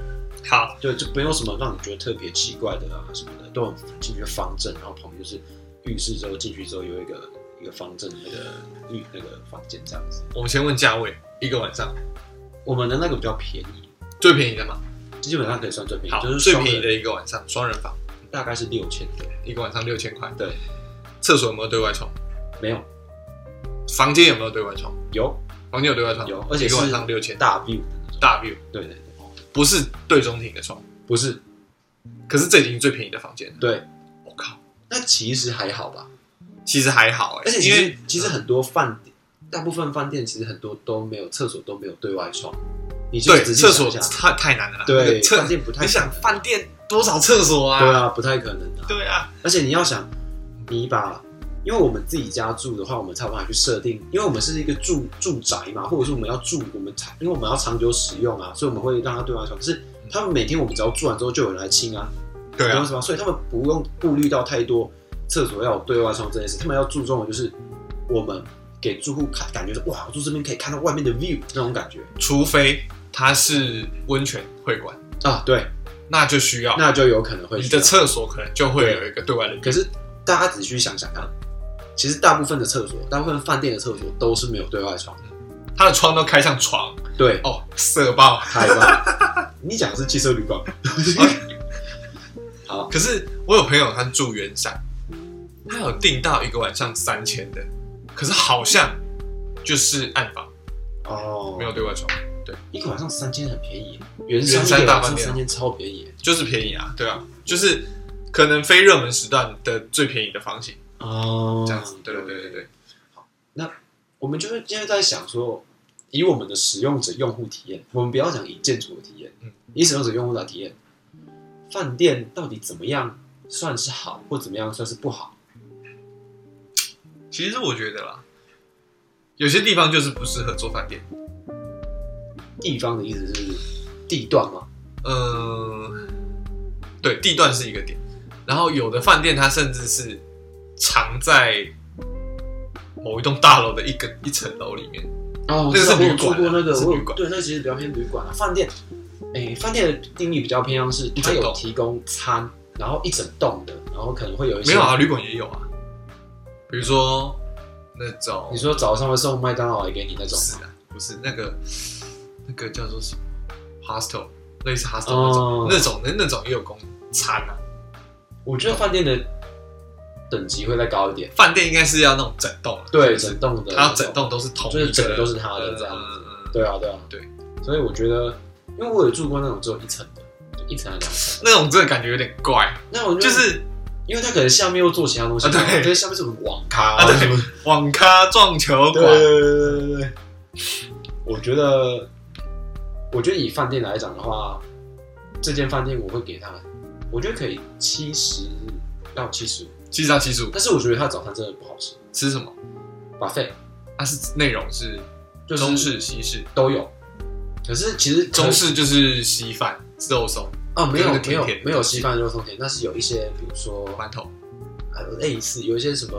Speaker 2: 好，
Speaker 1: 对，就没有什么让你觉得特别奇怪的啊什么的，都很进去就方正，然后旁边就是浴室之后进去之后有一个一个方正的那个浴那个房间这样子。
Speaker 2: 我们先问价位，一个晚上
Speaker 1: 我们的那个比较便宜，
Speaker 2: 最便宜的嘛？
Speaker 1: 基本上可以算最便宜，
Speaker 2: 好，
Speaker 1: 就是
Speaker 2: 最
Speaker 1: 双人
Speaker 2: 便宜的一个晚上，双人房，
Speaker 1: 大概是六千的，
Speaker 2: 一个晚上六千块。
Speaker 1: 对，
Speaker 2: 厕所有没有对外窗？
Speaker 1: 没有
Speaker 2: 房间有没有对外窗？
Speaker 1: 有
Speaker 2: 房间有对外窗，
Speaker 1: 有，而且
Speaker 2: 一个晚
Speaker 1: 是
Speaker 2: 上六千，
Speaker 1: 大 view 的那种，
Speaker 2: 大 view，
Speaker 1: 对对对，
Speaker 2: 不是对中庭的床，
Speaker 1: 不是
Speaker 2: 可是这已经是最便宜的房间了。
Speaker 1: 对，
Speaker 2: 我、靠，
Speaker 1: 那其实还好吧，
Speaker 2: 其实还好哎、
Speaker 1: 而且其
Speaker 2: 因为
Speaker 1: 实其实很多饭店，大部分饭店其实很多都没有厕所都没有对外窗，你就
Speaker 2: 对
Speaker 1: 仔细
Speaker 2: 厕
Speaker 1: 想
Speaker 2: 所
Speaker 1: 一下，
Speaker 2: 太太难了啦，那
Speaker 1: 对
Speaker 2: 个厕
Speaker 1: 饭店不太
Speaker 2: 你想饭店多少厕所啊？
Speaker 1: 对啊，不太可能啊，
Speaker 2: 对啊，
Speaker 1: 而且你要想，你把，因为我们自己家住的话，我们才有办法去设定，因为我们是一个住住宅嘛，或者是我们要住，我们才因为我们要长久使用啊，所以我们会让它对外窗。可是他们每天我们只要住完之后，就有人来清啊，
Speaker 2: 对
Speaker 1: 懂我意
Speaker 2: 啊，
Speaker 1: 思吗？所以他们不用顾虑到太多厕所要有对外窗这件事，他们要注重的就是我们给住户看，感觉是哇，我住这边可以看到外面的 view 那种感觉
Speaker 2: 除非它是温泉会馆，
Speaker 1: 啊，对，
Speaker 2: 那就需要
Speaker 1: 那就有可能会
Speaker 2: 你
Speaker 1: 需
Speaker 2: 的
Speaker 1: 要
Speaker 2: 厕所可能就会有一个对外的，
Speaker 1: 可是大家仔细想想看，其实大部分的厕所，大部分饭店的厕所都是没有对外窗的。
Speaker 2: 它的窗都开上床
Speaker 1: 对，
Speaker 2: 哦，色爆。
Speaker 1: 台湾， 你讲的是汽车旅馆吗，
Speaker 2: 可是我有朋友他住圆山，他有订到一个晚上三千的，可是好像就是暗房，
Speaker 1: 哦，
Speaker 2: 没有，对外窗，
Speaker 1: 一个晚上三千很便宜，原
Speaker 2: 原
Speaker 1: 山
Speaker 2: 山
Speaker 1: 一个
Speaker 2: 大
Speaker 1: 晚
Speaker 2: 饭
Speaker 1: 上
Speaker 2: 店
Speaker 1: 三千超便宜
Speaker 2: 就是便宜啊，对啊，就是可能非热门时段的最便宜的房型，
Speaker 1: 哦
Speaker 2: 这样子，对对对对对。
Speaker 1: 我们就是现在在想说，以我们的使用者用户体验，我们不要讲以建筑的体验，
Speaker 2: 嗯
Speaker 1: 以使用者用户的体验，饭店到底怎么样算是好，或怎么样算是不好？
Speaker 2: 其实我觉得啦，有些地方就是不适合做饭店。
Speaker 1: 地方的意思是地段吗？
Speaker 2: 嗯，对，地段是一个点。然后有的饭店它甚至是藏在某一栋大楼的一个一层楼里面。
Speaker 1: 哦，
Speaker 2: 那个
Speaker 1: 我知道
Speaker 2: 是
Speaker 1: 我有
Speaker 2: 旅馆
Speaker 1: 住
Speaker 2: 啊
Speaker 1: 过那个，
Speaker 2: 是
Speaker 1: 我有
Speaker 2: 旅馆
Speaker 1: 对，那其实比较偏旅馆啊。饭店，诶、饭店的定义比较偏向是它
Speaker 2: 整
Speaker 1: 有
Speaker 2: 栋
Speaker 1: 提供餐，然后一整栋的，然后可能会有一些
Speaker 2: 没有啊，旅馆也有啊，比如说那种
Speaker 1: 你说早上会送麦当劳来给你那
Speaker 2: 不
Speaker 1: 种
Speaker 2: 是
Speaker 1: 吗，
Speaker 2: 啊，不是那个那个叫做什么 hostel，类似 hostel 那种、
Speaker 1: 哦
Speaker 2: 那种那那种也有供餐啊。
Speaker 1: 我觉得饭店的等级会再高一点，
Speaker 2: 饭店应该是要那种整栋的，
Speaker 1: 对，
Speaker 2: 就是
Speaker 1: 整栋的，
Speaker 2: 它啊整，栋都是同一
Speaker 1: 就是整
Speaker 2: 个
Speaker 1: 个都是他的这样子
Speaker 2: 嗯嗯嗯
Speaker 1: 对啊，对啊，
Speaker 2: 对。
Speaker 1: 所以我觉得，因为我有住过那种只有一层的，就一层还是两层，
Speaker 2: 那种真的感觉有点怪，
Speaker 1: 那我
Speaker 2: 就是
Speaker 1: 因为它可能下面又做其他东西嘛，
Speaker 2: 啊对
Speaker 1: 就是下面是什么网咖
Speaker 2: 啊对
Speaker 1: 什么
Speaker 2: 网咖撞球
Speaker 1: 对
Speaker 2: 馆，
Speaker 1: 对对对对，我觉得，我觉得以饭店来讲的话，这间饭店我会给他，我觉得可以七十到七十五，
Speaker 2: 七十到七十五，
Speaker 1: 但是我觉得他早餐真的不好吃
Speaker 2: 吃什么？
Speaker 1: ，buffet
Speaker 2: 它是内容是
Speaker 1: 就是
Speaker 2: 中式、西式，
Speaker 1: 都有，可是其实可
Speaker 2: 中式就是稀饭、肉松、
Speaker 1: 啊没有没
Speaker 2: 就是那
Speaker 1: 有
Speaker 2: 个甜甜的
Speaker 1: 没有稀饭肉松甜，但是有一些比如说
Speaker 2: 馒头，
Speaker 1: 还有类似有一些什么，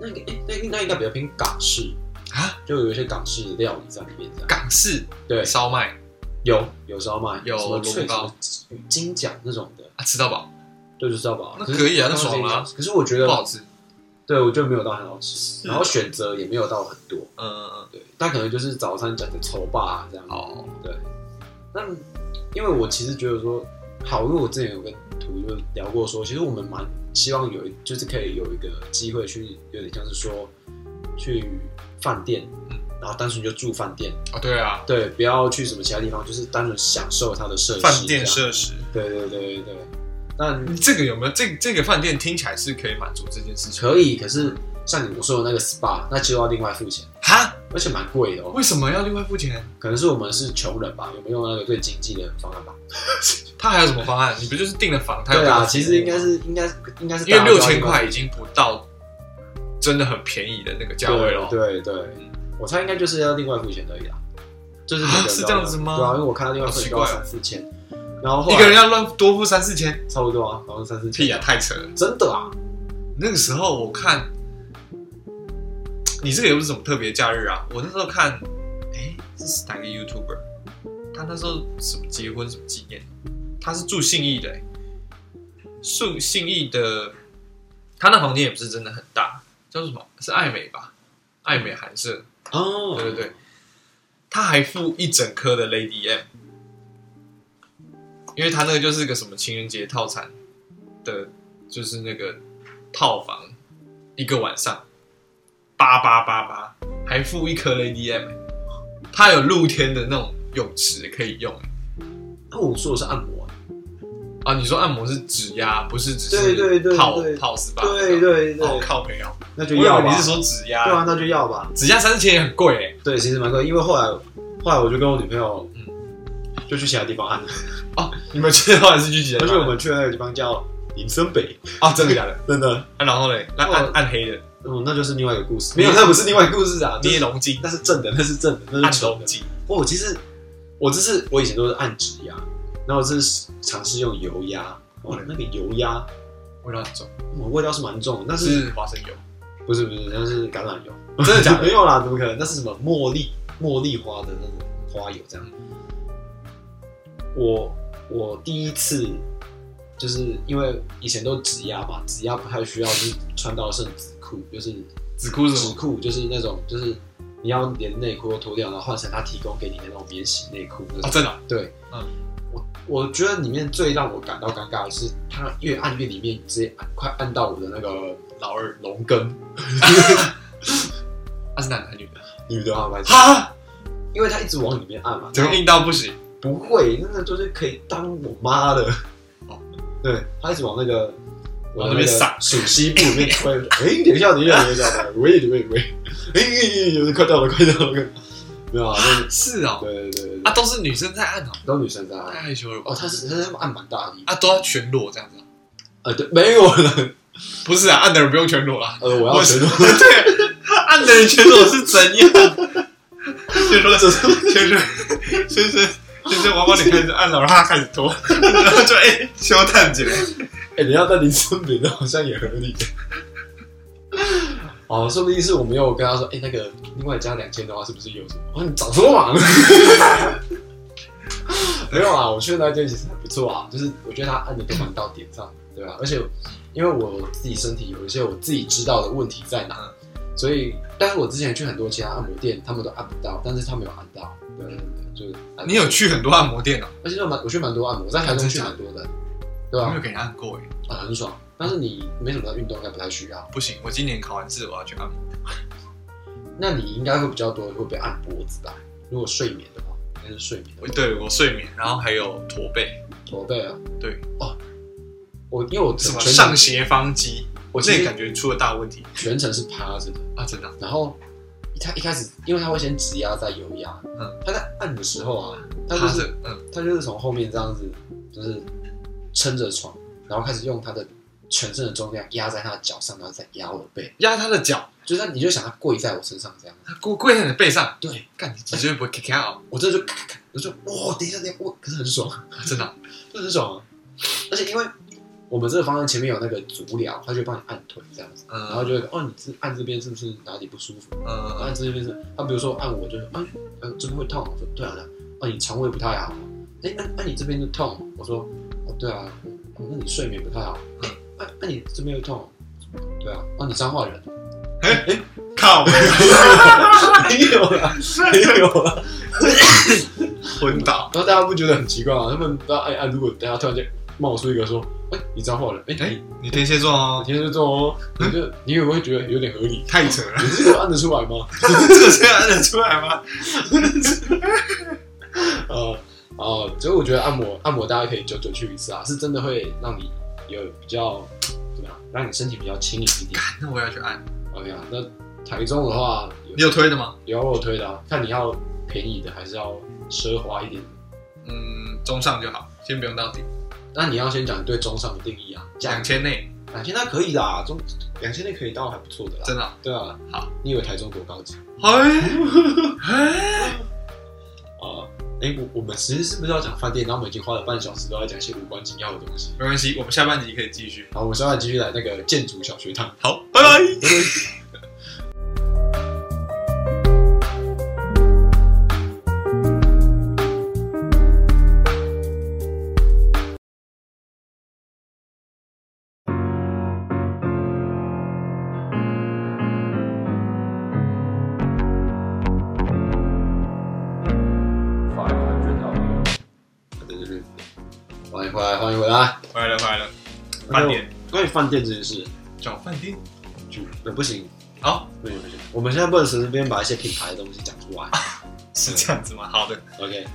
Speaker 1: 那个诶那那应该比较偏港式
Speaker 2: 啊，
Speaker 1: 就有一些港式的料理在里面这样，
Speaker 2: 港式
Speaker 1: 对。
Speaker 2: 烧麦
Speaker 1: 有有烧麦，
Speaker 2: 有
Speaker 1: 什么脆
Speaker 2: 萝卜糕、
Speaker 1: 什么金奖那种的，
Speaker 2: 啊，吃到饱，
Speaker 1: 对，就知道吧？
Speaker 2: 那
Speaker 1: 是
Speaker 2: 可以啊那
Speaker 1: 刚刚
Speaker 2: 爽了啊
Speaker 1: 这一家可是我觉得
Speaker 2: 不好吃。
Speaker 1: 对我就没有到很好吃，
Speaker 2: 啊
Speaker 1: 然后选择也没有到很多，
Speaker 2: 嗯嗯
Speaker 1: 对，那可能就是早餐讲的丑霸这样
Speaker 2: 嗯，。好，
Speaker 1: 对，那因为我其实觉得说，好，因为我之前有跟图就聊过说，其实我们蛮希望有一，就是可以有一个机会去，有点像是说去饭店
Speaker 2: 嗯，
Speaker 1: 然后单纯就住饭店，
Speaker 2: 哦对啊，
Speaker 1: 对，不要去什么其他地方，就是单纯享受它的设施，
Speaker 2: 饭店
Speaker 1: 这样
Speaker 2: 设施，
Speaker 1: 对对对对对，但
Speaker 2: 这个有没有？这这个饭店听起来是可以满足这件事情。
Speaker 1: 可以，可是像你我说的那个 SPA，那就要另外付钱。
Speaker 2: 哈，
Speaker 1: 而且蛮贵的哦。
Speaker 2: 为什么要另外付钱？
Speaker 1: 可能是我们是穷人吧，有没有用那个最经济的方案吧？
Speaker 2: 他还有什么方案？你不就是订了房？他有
Speaker 1: 对
Speaker 2: 订
Speaker 1: 啊，
Speaker 2: 了
Speaker 1: 其
Speaker 2: 服务
Speaker 1: 实应该是应该是应该是
Speaker 2: 因为
Speaker 1: 大家
Speaker 2: 六
Speaker 1: 都要
Speaker 2: 千
Speaker 1: 用
Speaker 2: 块已经不到真的很便宜的那个价位哦了。
Speaker 1: 对对对，我猜应该就是要另外付钱而已啦。就是每个人都要
Speaker 2: 啊是这样子吗
Speaker 1: 对啊，因为我看到另外付钱
Speaker 2: 好奇
Speaker 1: 要
Speaker 2: 怪哦
Speaker 1: 三四千，然后后
Speaker 2: 一
Speaker 1: 来
Speaker 2: 个人要乱多付三四千，
Speaker 1: 差不多啊，然后三四千。
Speaker 2: 屁呀、太扯了。
Speaker 1: 真的啊，
Speaker 2: 那个时候我看，你这个也不是什么特别假日啊。我那时候看，哎、这是哪个 YouTuber？他那时候什么结婚什么纪念？他是住信义的、欸，住信义的，他那房间也不是真的很大，叫什么？是爱美吧？爱美寒舍，
Speaker 1: 哦，
Speaker 2: 对对对，他还附一整颗的 Lady M，因为他那个就是个什么情人节套餐的，就是那个套房一个晚上八八八八，还附一颗 Lady M，它有露天的那种泳池可以用欸
Speaker 1: 那我说的是按摩啊，
Speaker 2: 啊。你说按摩是指压，不是只
Speaker 1: 对
Speaker 2: 是
Speaker 1: 对对
Speaker 2: 泡
Speaker 1: 对
Speaker 2: 泡 SPA？
Speaker 1: 对对对
Speaker 2: 哦，靠没有，
Speaker 1: 那
Speaker 2: 我
Speaker 1: 就
Speaker 2: 以为
Speaker 1: 要吧
Speaker 2: 你是。说指压，
Speaker 1: 对啊，那就要吧。
Speaker 2: 指压三千也很贵哎、
Speaker 1: 对，其实蛮贵，因为后来后来我就跟我女朋友
Speaker 2: 嗯，
Speaker 1: 就去其他地方按，
Speaker 2: 哦，你们去的话是去几人？
Speaker 1: 而且我们去的那个地方叫林森北，
Speaker 2: 啊，真的假的？
Speaker 1: 真的，
Speaker 2: 啊、然后嘞，那
Speaker 1: 哦
Speaker 2: 暗暗黑的
Speaker 1: 嗯，那就是另外一个故事。没有，那不是另外一个故事啊，
Speaker 2: 捏
Speaker 1: 那是
Speaker 2: 龙筋、
Speaker 1: 那是正的，那是正的，那
Speaker 2: 暗
Speaker 1: 是丑
Speaker 2: 龙
Speaker 1: 的。
Speaker 2: 筋，
Speaker 1: 我其实我这是我以前都是按指压，然后这是尝试用油压，哇，那个油压，
Speaker 2: 味道很重，
Speaker 1: 我味道是蛮重的，但是
Speaker 2: 是花生油，
Speaker 1: 不是不是，那是橄榄油，
Speaker 2: 真的假
Speaker 1: 没
Speaker 2: 的？
Speaker 1: 有啦，怎么可能？那是什么茉莉茉莉花的那种花油这样。我我第一次就是因为以前都指压嘛，指压不太需要就是穿到剩子裤，就是
Speaker 2: 紫裤是什
Speaker 1: 纸
Speaker 2: 么？
Speaker 1: 裤就是那种就是你要连内裤都脱掉，然后换成他提供给你的那种免洗内裤那种。
Speaker 2: 啊，真的哦
Speaker 1: 对，
Speaker 2: 嗯，
Speaker 1: 我我觉得里面最让我感到尴尬的是，它越按越里面，直接按快按到我的那个老二龙根，
Speaker 2: 啊，是男的还是女的？
Speaker 1: 女的好吧，
Speaker 2: 哈，
Speaker 1: 因为它一直往里面按嘛，
Speaker 2: 怎么硬到不行？
Speaker 1: 不会，那个就是可以当我妈的
Speaker 2: 哦，
Speaker 1: 对，它一直往那个。
Speaker 2: 往
Speaker 1: 的
Speaker 2: 那边
Speaker 1: 个
Speaker 2: 撒
Speaker 1: 属西部里面推，哎，等一下，等一下，等一下，喂喂喂，哎，哎哎快到了，快到了，快到了没有啊？那
Speaker 2: 是哦，
Speaker 1: 对对对对，
Speaker 2: 啊，都是女生在按哦，
Speaker 1: 都女生在
Speaker 2: 太
Speaker 1: 按。
Speaker 2: 害羞了吧？
Speaker 1: 哦，他是他是他们按蛮大力。
Speaker 2: 啊，都要全裸这样子啊？
Speaker 1: 呃，对，没有了。
Speaker 2: 不是啊，按的人不用全裸啦，。
Speaker 1: 呃，我要全裸
Speaker 2: 对，按的人全裸是怎 样？全裸，
Speaker 1: 这是
Speaker 2: 先生，先生，先生，我帮你开始按了，然后他开始脱，然后就哎，修探起来。
Speaker 1: 哎，你要在林森北，那好像也合理。哦，说不定是我没有跟他说，哎，那个另外加两千的话，是不是有什么？哦，你找错嘛？没有啊，我去那间其实还不错啊，就是我觉得他按的都蛮到点上的，对吧、而且因为我自己身体有一些我自己知道的问题在哪，所以但是我之前去很多其他按摩店，他们都按不到，但是他们有按到，对对对，就是按
Speaker 2: 你有去啊很多按摩店哦？
Speaker 1: 而且就蛮我去蛮多按摩，我在台中去蛮多的，对
Speaker 2: 我
Speaker 1: 吧、
Speaker 2: 没
Speaker 1: 啊？
Speaker 2: 有给人按过哎。
Speaker 1: 很爽。但是你没什么在运动，应该不太需要。
Speaker 2: 不行，我今年考完试我要去按摩。
Speaker 1: 那你应该会比较多会被按脖子吧？如果睡眠的话，应该是睡眠的
Speaker 2: 我对我睡眠，然后还有驼背，
Speaker 1: 驼背啊。
Speaker 2: 对
Speaker 1: 哦，我因为我
Speaker 2: 什么
Speaker 1: 全
Speaker 2: 上斜方肌，
Speaker 1: 我其实
Speaker 2: 这个感觉出了大问题
Speaker 1: 全程是趴着的，
Speaker 2: 啊！真的啊，
Speaker 1: 然后他一开始因为他会先指压再油压，
Speaker 2: 嗯，
Speaker 1: 他在按的时候啊，他就
Speaker 2: 趴
Speaker 1: 是
Speaker 2: 着，嗯，
Speaker 1: 他就是从后面这样子，就是撑着床，然后开始用他的全身的重量压在他的脚上，然后再压我的背，
Speaker 2: 压他的脚，
Speaker 1: 就是他你就想他跪在我身上这样。
Speaker 2: 他跪跪在你的背上，
Speaker 1: 对，
Speaker 2: 干你脊椎不会咔咔哦，
Speaker 1: 我这就咔咔咔，我就哇，等一下，等一下，哇，可是很爽，
Speaker 2: 啊真的啊
Speaker 1: 真的很爽啊！而且因为我们这个方向前面有那个足疗，他就会帮你按腿这样子，
Speaker 2: 嗯，
Speaker 1: 然后就会哦，你这按这边是不是哪里不舒服？
Speaker 2: 嗯
Speaker 1: 按这边是，他比如说按我就是，哎、呃，这边会痛，我说对啊，对啊，哦，你肠胃不太好，哎、那那、你这边就痛，我说哦，对啊，哦，那你睡眠不太好，哎、那、那、你这边又痛，对啊，哦，你彰化人，
Speaker 2: 靠，
Speaker 1: 没有啦，没有啦。
Speaker 2: 昏倒，
Speaker 1: 然后大家不觉得很奇怪吗？他们大家按按，哎啊如果大家突然间冒出一个说：“哎、你脏话了，哎、
Speaker 2: 哎，你天蝎座
Speaker 1: 你
Speaker 2: 哦，
Speaker 1: 天蝎座哦。”你就你也会觉得有点合理，
Speaker 2: 太扯了，
Speaker 1: 你这个按得出来吗？
Speaker 2: 这个这样按得出来吗？
Speaker 1: 呃呃，所以我觉得按摩按摩大家可以久久去一次啊，是真的会让你有比较怎么样，让你身体比较轻盈一点。
Speaker 2: 那我要去按，
Speaker 1: OK 啊，那台中的话
Speaker 2: 你有推的吗？
Speaker 1: 有啊我有推的啊，看你要便宜的还是要奢华一点的。
Speaker 2: 嗯，中上就好，先不用到底，
Speaker 1: 那你要先讲你对中上的定义啊，
Speaker 2: 两
Speaker 1: 讲
Speaker 2: 千内
Speaker 1: 两千那可以啦，中两千那可以到还不错的啦。
Speaker 2: 真的、哦。
Speaker 1: 对啊，
Speaker 2: 好，
Speaker 1: 你以为台中多高级
Speaker 2: 啊哎，
Speaker 1: 啊？哎、我我们其实是不是要讲饭店？然后我们已经花了半小时都在讲一些无关紧要的东西。
Speaker 2: 没关系，我们下半集可以继续。
Speaker 1: 好，我们稍后继续来那个建筑小学堂。
Speaker 2: 好，拜拜。
Speaker 1: 对对对，欢迎回来，欢迎回来。
Speaker 2: 回来了，回来了。饭店，
Speaker 1: 关于饭店这件事，
Speaker 2: 找饭店。
Speaker 1: 就呃不行，
Speaker 2: 好，
Speaker 1: 不行不行，我们现在不能随随便把一些品牌的东西讲出来。
Speaker 2: 是这样子吗？好的，
Speaker 1: OK，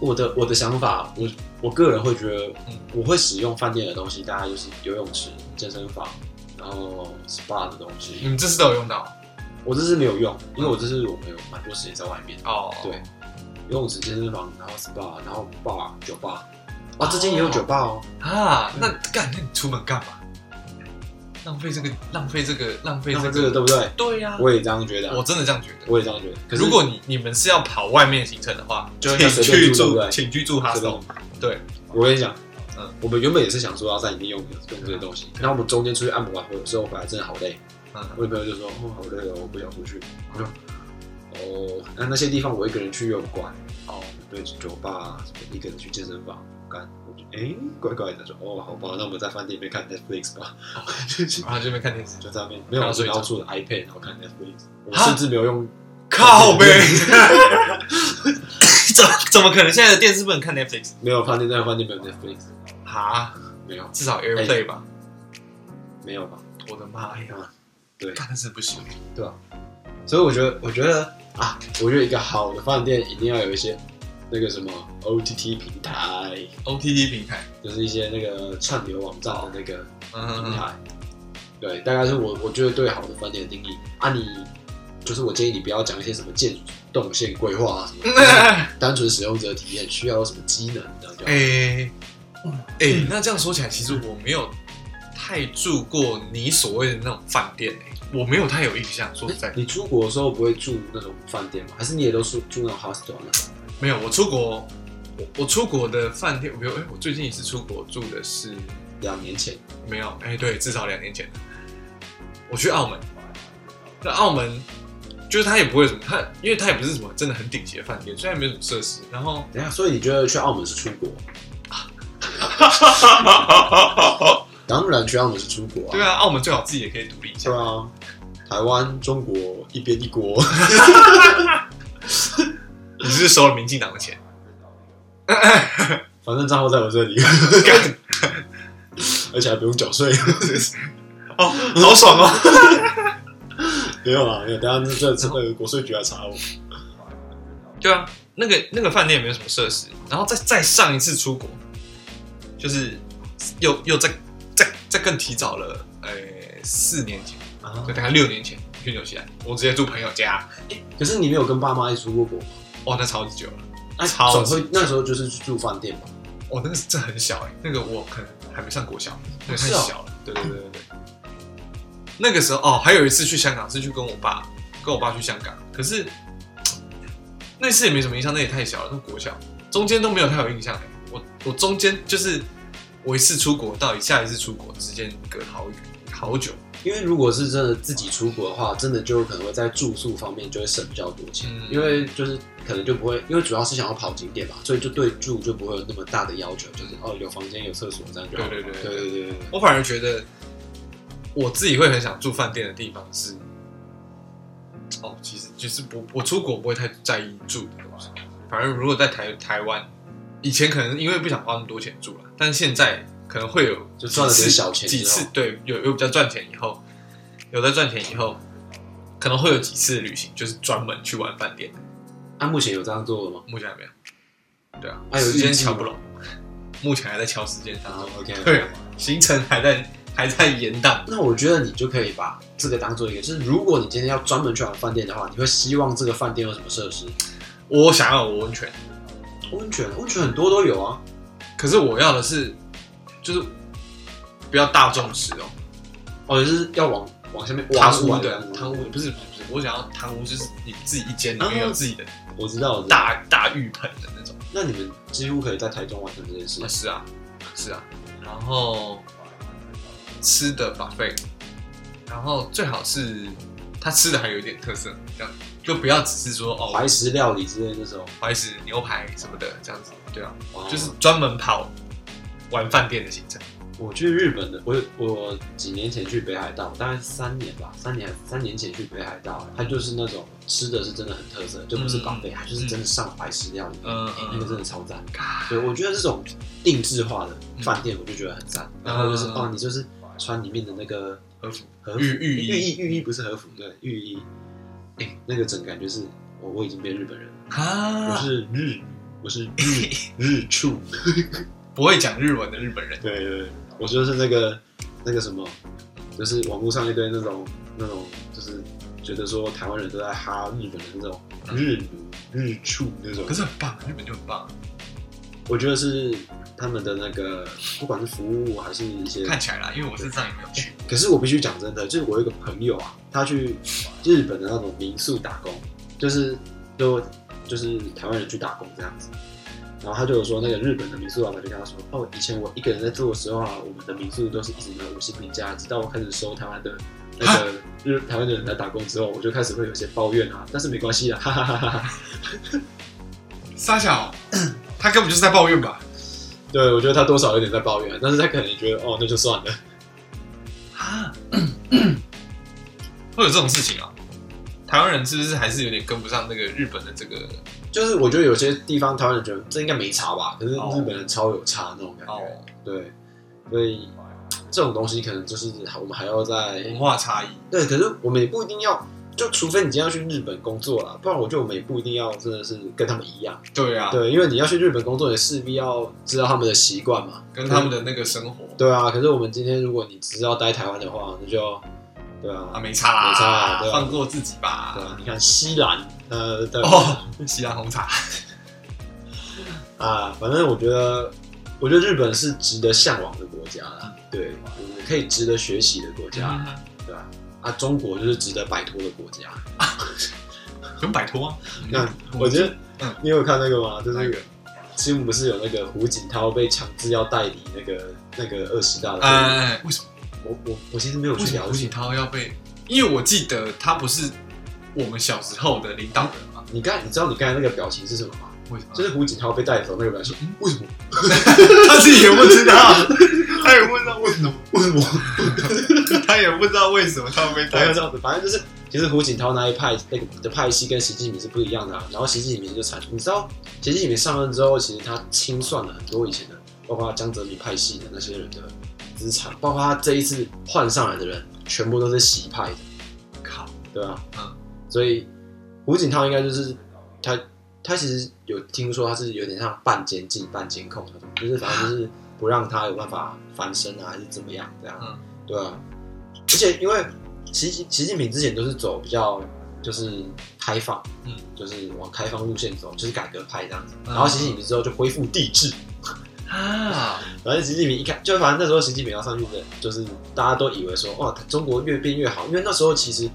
Speaker 1: 我的我的想法，我我个人会觉得
Speaker 2: 嗯，
Speaker 1: 我会使用饭店的东西，大概就是游泳池、健身房，然后 SPA 的东
Speaker 2: 你
Speaker 1: 西。
Speaker 2: 们这次都有用到
Speaker 1: 我这是没有用，因为我这是我们有蛮多时间在外面。
Speaker 2: 哦。
Speaker 1: 对，游泳池、健身房，然后 SPA，然后 bar、酒吧。啊，这间也有酒吧哦。
Speaker 2: 啊，
Speaker 1: 嗯
Speaker 2: 那干，那你出门干嘛？浪费这个，浪费这个，浪费
Speaker 1: 那
Speaker 2: 这
Speaker 1: 这个
Speaker 2: 个。
Speaker 1: 对不对？
Speaker 2: 对呀，
Speaker 1: 我也这样觉得
Speaker 2: 我
Speaker 1: 啊，
Speaker 2: 真的这样觉得。
Speaker 1: 我也这样觉得。可是
Speaker 2: 如果你你们是要跑外面行程的话，
Speaker 1: 就
Speaker 2: 请
Speaker 1: 要随
Speaker 2: 去
Speaker 1: 便住对不对
Speaker 2: 请去住哈
Speaker 1: 这
Speaker 2: 松
Speaker 1: 种。，
Speaker 2: 对，
Speaker 1: 我跟你讲，呃
Speaker 2: 嗯
Speaker 1: 我们原本也是想说要在里面用用这些东西，然后我们中间出去按摩完回之后回来真的好累，
Speaker 2: 嗯，
Speaker 1: 我女朋友就说：“哦，好累哦，我不想出去。”我说：“哦，那那些地方我一个人去又很怪。哦，对，酒吧什么一个人去健身房，干，我就哎、怪怪的。”说：“哦，好吧，那我们在饭店里面看 Netflix
Speaker 2: 嗯
Speaker 1: 吧。就是
Speaker 2: 然后这边看电视。
Speaker 1: 就在那边没有，
Speaker 2: 看到
Speaker 1: 我是
Speaker 2: 睡着
Speaker 1: 拿出我的 iPad 然后看 Netflix，我
Speaker 2: 哈
Speaker 1: 甚至没有用。
Speaker 2: 靠 呗！怎么怎么可能？现在的电视不能看 Netflix
Speaker 1: 没有饭店，在饭店没有 Netflix，
Speaker 2: 啊？
Speaker 1: 没有，
Speaker 2: 至少 AirPlay 吧。
Speaker 1: 哎没有吧？
Speaker 2: 我的妈呀！
Speaker 1: 哎对
Speaker 2: 干的是不行。
Speaker 1: 对吧、所以我觉得，我觉得啊，我觉得一个好的饭店一定要有一些那个什么 OTT 平台，
Speaker 2: OTT 平台，
Speaker 1: 就是一些那个串流网站的那个
Speaker 2: 嗯
Speaker 1: 平
Speaker 2: 嗯 嗯，
Speaker 1: 台。对，大概是我我觉得对好的饭店的定义啊你。就是我建议你不要讲一些什么建筑动线规划 啊什么的，就是
Speaker 2: 哎
Speaker 1: 单纯使用者体验需要有什么机能这样就好。
Speaker 2: 哎，
Speaker 1: 哎
Speaker 2: 欸那这样说起来，其实我没有太住过你所谓的那种饭店欸我没有太有印象。说实在，
Speaker 1: 你出国的时候不会住那种饭店吗？还是你也都住住那种 hostel 呢？
Speaker 2: 没有。我出国，我我出国的饭店，我没有。哎，我最近一次出国住的是
Speaker 1: 两年前，
Speaker 2: 没有，哎、对，至少两年前，我去澳门，在澳门就是它也不会有什么，它因为它也不是什么真的很顶级的饭店，虽然没有什么设施，然后
Speaker 1: 等一下，所以你觉得去澳门是出 国？当然去澳门是出国啊。
Speaker 2: 对啊，澳门最好自己也可以独立一下
Speaker 1: 对，啊，台湾、中国一边一国，
Speaker 2: 你是收了民进党 的钱，
Speaker 1: 反正账号在我这里，
Speaker 2: 干
Speaker 1: 而且还不用缴税。
Speaker 2: 哦，好爽哦，
Speaker 1: 没有啊，没有。等一下这这这个国税局来查我。
Speaker 2: 对啊，那个那个饭店也没有什么设施，然后再再上一次出国，就是又又再再再更提早了，呃、四年前，
Speaker 1: 啊
Speaker 2: 就大概六年前去纽西兰，我直接住朋友家。
Speaker 1: 可是你没有跟爸妈一起出过国吗？
Speaker 2: 哇，那超级久了。
Speaker 1: 那
Speaker 2: 超
Speaker 1: 总会那时候就是住饭店吧。
Speaker 2: 哦，那个是这很小哎、那个我可能还没上国小，那个太
Speaker 1: 是哦
Speaker 2: 小了。对对对对对。那个时候哦，还有一次去香港是去跟我爸，跟我爸去香港，可是那次也没什么印象，那也太小了，那国小中间都没有太有印象哎、我我中间就是我一次出国到下一次出国之间隔好远好久，
Speaker 1: 因为如果是真的自己出国的话，真的就可能会在住宿方面就会省比较多钱，
Speaker 2: 嗯
Speaker 1: 因为就是可能就不会，因为主要是想要跑景点嘛，所以就对住就不会有那么大的要求，就是哦有房间有厕所这样就好。
Speaker 2: 对对对
Speaker 1: 对对对对对
Speaker 2: 我反而觉得我自己会很想住饭店的地方是，哦，其实就是不，我出国不会太在意住的东西。反正如果在台台湾，以前可能因为不想花那么多钱住了，但现在可能会有
Speaker 1: 就赚了
Speaker 2: 几次
Speaker 1: 点小钱之
Speaker 2: 几
Speaker 1: 后
Speaker 2: 次对，有有比较赚钱以后，有在赚钱以后，可能会有几次旅行就是专门去玩饭店的，
Speaker 1: 那、啊目前有这样做的吗？
Speaker 2: 目前还没有。对啊，
Speaker 1: 啊有
Speaker 2: 时间
Speaker 1: 预计
Speaker 2: 瞧
Speaker 1: 吗啊
Speaker 2: 不拢，目前还在敲时间当中。
Speaker 1: ，OK，
Speaker 2: 对啊，行程还在还在延宕。
Speaker 1: 那我觉得你就可以把这个当做一个，就是如果你今天要专门去玩饭店的话，你会希望这个饭店有什么设施？
Speaker 2: 我想要有温泉，
Speaker 1: 温泉，温泉很多都有啊。
Speaker 2: 可是我要的是，就是不要大众使用
Speaker 1: 哦，就是要往往下嗯面挖
Speaker 2: 贪
Speaker 1: 出
Speaker 2: 污
Speaker 1: 来
Speaker 2: 的，贪
Speaker 1: 汤
Speaker 2: 污的不是不是不是，我想要贪污就是你自己一间里面
Speaker 1: 啊
Speaker 2: 有自己的
Speaker 1: 我知道，我知道。
Speaker 2: 大大浴盆的那种。
Speaker 1: 那你们几乎可以在台中完成这件事
Speaker 2: 啊，。是啊，是啊。然后吃的 buffet，然后最好是它吃的还有一点特色，这样就不要只是说哦
Speaker 1: 怀石料理之类的那种，
Speaker 2: 不好意思牛排什么的这样子，对啊，
Speaker 1: 哇
Speaker 2: 就是专门跑玩饭店的行程。
Speaker 1: 我去日本的，我我几年前去北海道，大概三年吧，三年三年前去北海道，啊它就是那种吃的是真的很特色，就不是港北，它就是真的上怀石料理，
Speaker 2: 嗯嗯
Speaker 1: 那个真的超赞。
Speaker 2: 嘎
Speaker 1: 对，我觉得这种定制化的饭店，我就觉得很赞。然后就是
Speaker 2: 嗯
Speaker 1: 哦，你就是穿里面的那个
Speaker 2: 和服
Speaker 1: 和服
Speaker 2: 浴浴衣
Speaker 1: 浴衣浴衣不是和服，对，浴衣，哎，那个整个感觉是我我已经变日本人了，我
Speaker 2: 啊，
Speaker 1: 是日，我 是日 日处。
Speaker 2: 不会讲日文的日本人，
Speaker 1: 对对，对，我就是那个那个什么，就是网络上一堆那种那种，就是觉得说台湾人都在哈日本的那种日奴日畜那种
Speaker 2: 可，是很棒，日本就很棒，
Speaker 1: 我觉得是他们的那个不管是服务还是一些，
Speaker 2: 看起来啦，因为我身上也没有去，
Speaker 1: 可是我必须讲真的，就是我有一个朋友啊，他去日本的那种民宿打工，就是就就是台湾人去打工这样子。然后他就有说，那个日本的民宿老板就跟他说：“哦，以前我一个人在住的时候啊，我们的民宿都是一直没有五星评价，直到我开始收台湾的那个日台湾的人来打工之后，我就开始会有些抱怨啊。但是没关系啦，哈哈哈哈哈。
Speaker 2: 沙小，哦他根本就是在抱怨吧？
Speaker 1: 对，我觉得他多少有点在抱怨，但是他可能也觉得哦，那就算了。
Speaker 2: 啊， 会有这种事情啊？台湾人是不是还是有点跟不上那个日本的这个？
Speaker 1: 就是我觉得有些地方台湾人觉得这应该没差吧，可是
Speaker 2: 哦
Speaker 1: 日本人超有差那种感觉。
Speaker 2: 哦
Speaker 1: 对，所以这种东西可能就是我们还要在
Speaker 2: 文化差异，
Speaker 1: 对，可是我们也不一定要，就除非你今天要去日本工作啦，不然我觉得我们也不一定要真的是跟他们一样。
Speaker 2: 对啊，
Speaker 1: 对，因为你要去日本工作，也势必要知道他们的习惯嘛，
Speaker 2: 跟他们的那个生活
Speaker 1: 对啊。可是我们今天如果你只是要待台湾的话，那就对啊，
Speaker 2: 啊没差啦，
Speaker 1: 没差啊对啊
Speaker 2: 放过自己吧
Speaker 1: 对。啊。你看西兰，呃，对
Speaker 2: 哦，西兰红茶，
Speaker 1: 啊，反正我觉得，我觉得日本是值得向往的国家啦，对，嗯可以值得学习的国家，对吧、啊？中国就是值得摆脱的国家。
Speaker 2: 很摆脱啊。
Speaker 1: 那我觉得，
Speaker 2: 嗯
Speaker 1: 你有看那个吗？就
Speaker 2: 那
Speaker 1: 是
Speaker 2: 个
Speaker 1: 新闻不是有那个胡锦涛被强制要代理那个那个二十大的会议？
Speaker 2: 哎，为什么
Speaker 1: 我我我其实没有
Speaker 2: 为
Speaker 1: 去
Speaker 2: 什么
Speaker 1: 了
Speaker 2: 胡
Speaker 1: 解
Speaker 2: 锦。涛要被？因为我记得他不是我们小时候的领导人嘛？
Speaker 1: 你刚才你知道你刚才那个表情是什么吗？
Speaker 2: 为什么？
Speaker 1: 就是胡锦涛被带走那个表情
Speaker 2: 啊嗯，
Speaker 1: 为什么？
Speaker 2: 他自己也不知道，他也不知道为什么，
Speaker 1: 为什么？
Speaker 2: 他也不知道为什么他会被
Speaker 1: 大概
Speaker 2: 带
Speaker 1: 这样子，反正就是，其实胡锦涛那一派那个的派系跟习近平是不一样的、啊。然后习近平就产，你知道，习近平上任之后，其实他清算了很多以前的，包括江泽民派系的那些人的资产，包括他这一次换上来的人，全部都是习派的，
Speaker 2: 靠。
Speaker 1: 对吧、
Speaker 2: 嗯
Speaker 1: 所以胡锦涛应该就是他，他其实有听说他是有点像半监禁、半监控那种，就是反
Speaker 2: 啊
Speaker 1: 正就是不让他有办法翻身啊，还是怎么样这样。
Speaker 2: 嗯
Speaker 1: 对啊，而且因为习近习近平之前都是走比较就是开放，
Speaker 2: 嗯，
Speaker 1: 就是往开放路线走，就是改革派这样子。
Speaker 2: 嗯
Speaker 1: 然后习近平之后就恢复帝制，
Speaker 2: 啊，
Speaker 1: 反正习近平一看，就反正那时候习近平要上去的，就是大家都以为说，哇，中国越变越好，因为那时候其实。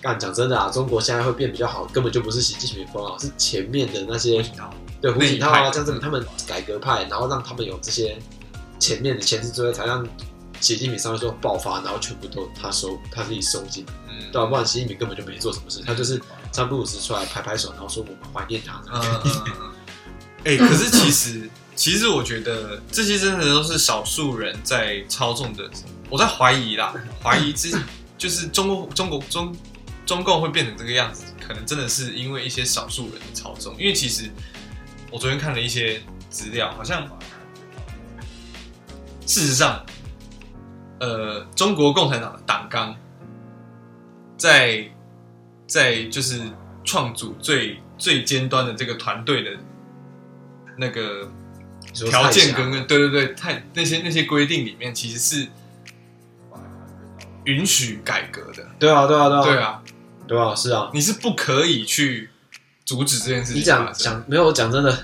Speaker 1: 干讲真的啊，中国现在会变比较好，根本就不是习近平不好，是前面的那些对胡锦涛
Speaker 2: 那一派
Speaker 1: 啊、江泽民他们改革派，然后让他们有这些前面的前置作业，才让习近平上去之后爆发，然后全部都他收他自己收进来，
Speaker 2: 嗯
Speaker 1: 对吧、啊不然习近平根本就没做什么事，他就是三不五时出来拍拍手，然后说我们怀念他。
Speaker 2: 嗯嗯嗯嗯哎、可是其实，其实我觉得这些真的都是少数人在操纵的。我在怀疑啦，怀疑之就是中国 中国中中共会变成这个样子，可能真的是因为一些少数人的操纵。因为其实我昨天看了一些资料，好像事实上，呃，中国共产党的党纲在在就是创组最最尖端的这个团队的那个
Speaker 1: 你说
Speaker 2: 条件
Speaker 1: 蔡霞
Speaker 2: 跟跟对对对，太那些那些规定里面，其实是允许改革的。
Speaker 1: 对啊，对啊，对啊，
Speaker 2: 对啊，
Speaker 1: 对啊，是啊。
Speaker 2: 你是不可以去阻止这件事情
Speaker 1: 你
Speaker 2: 发
Speaker 1: 讲
Speaker 2: 生。
Speaker 1: 讲没有我讲真的，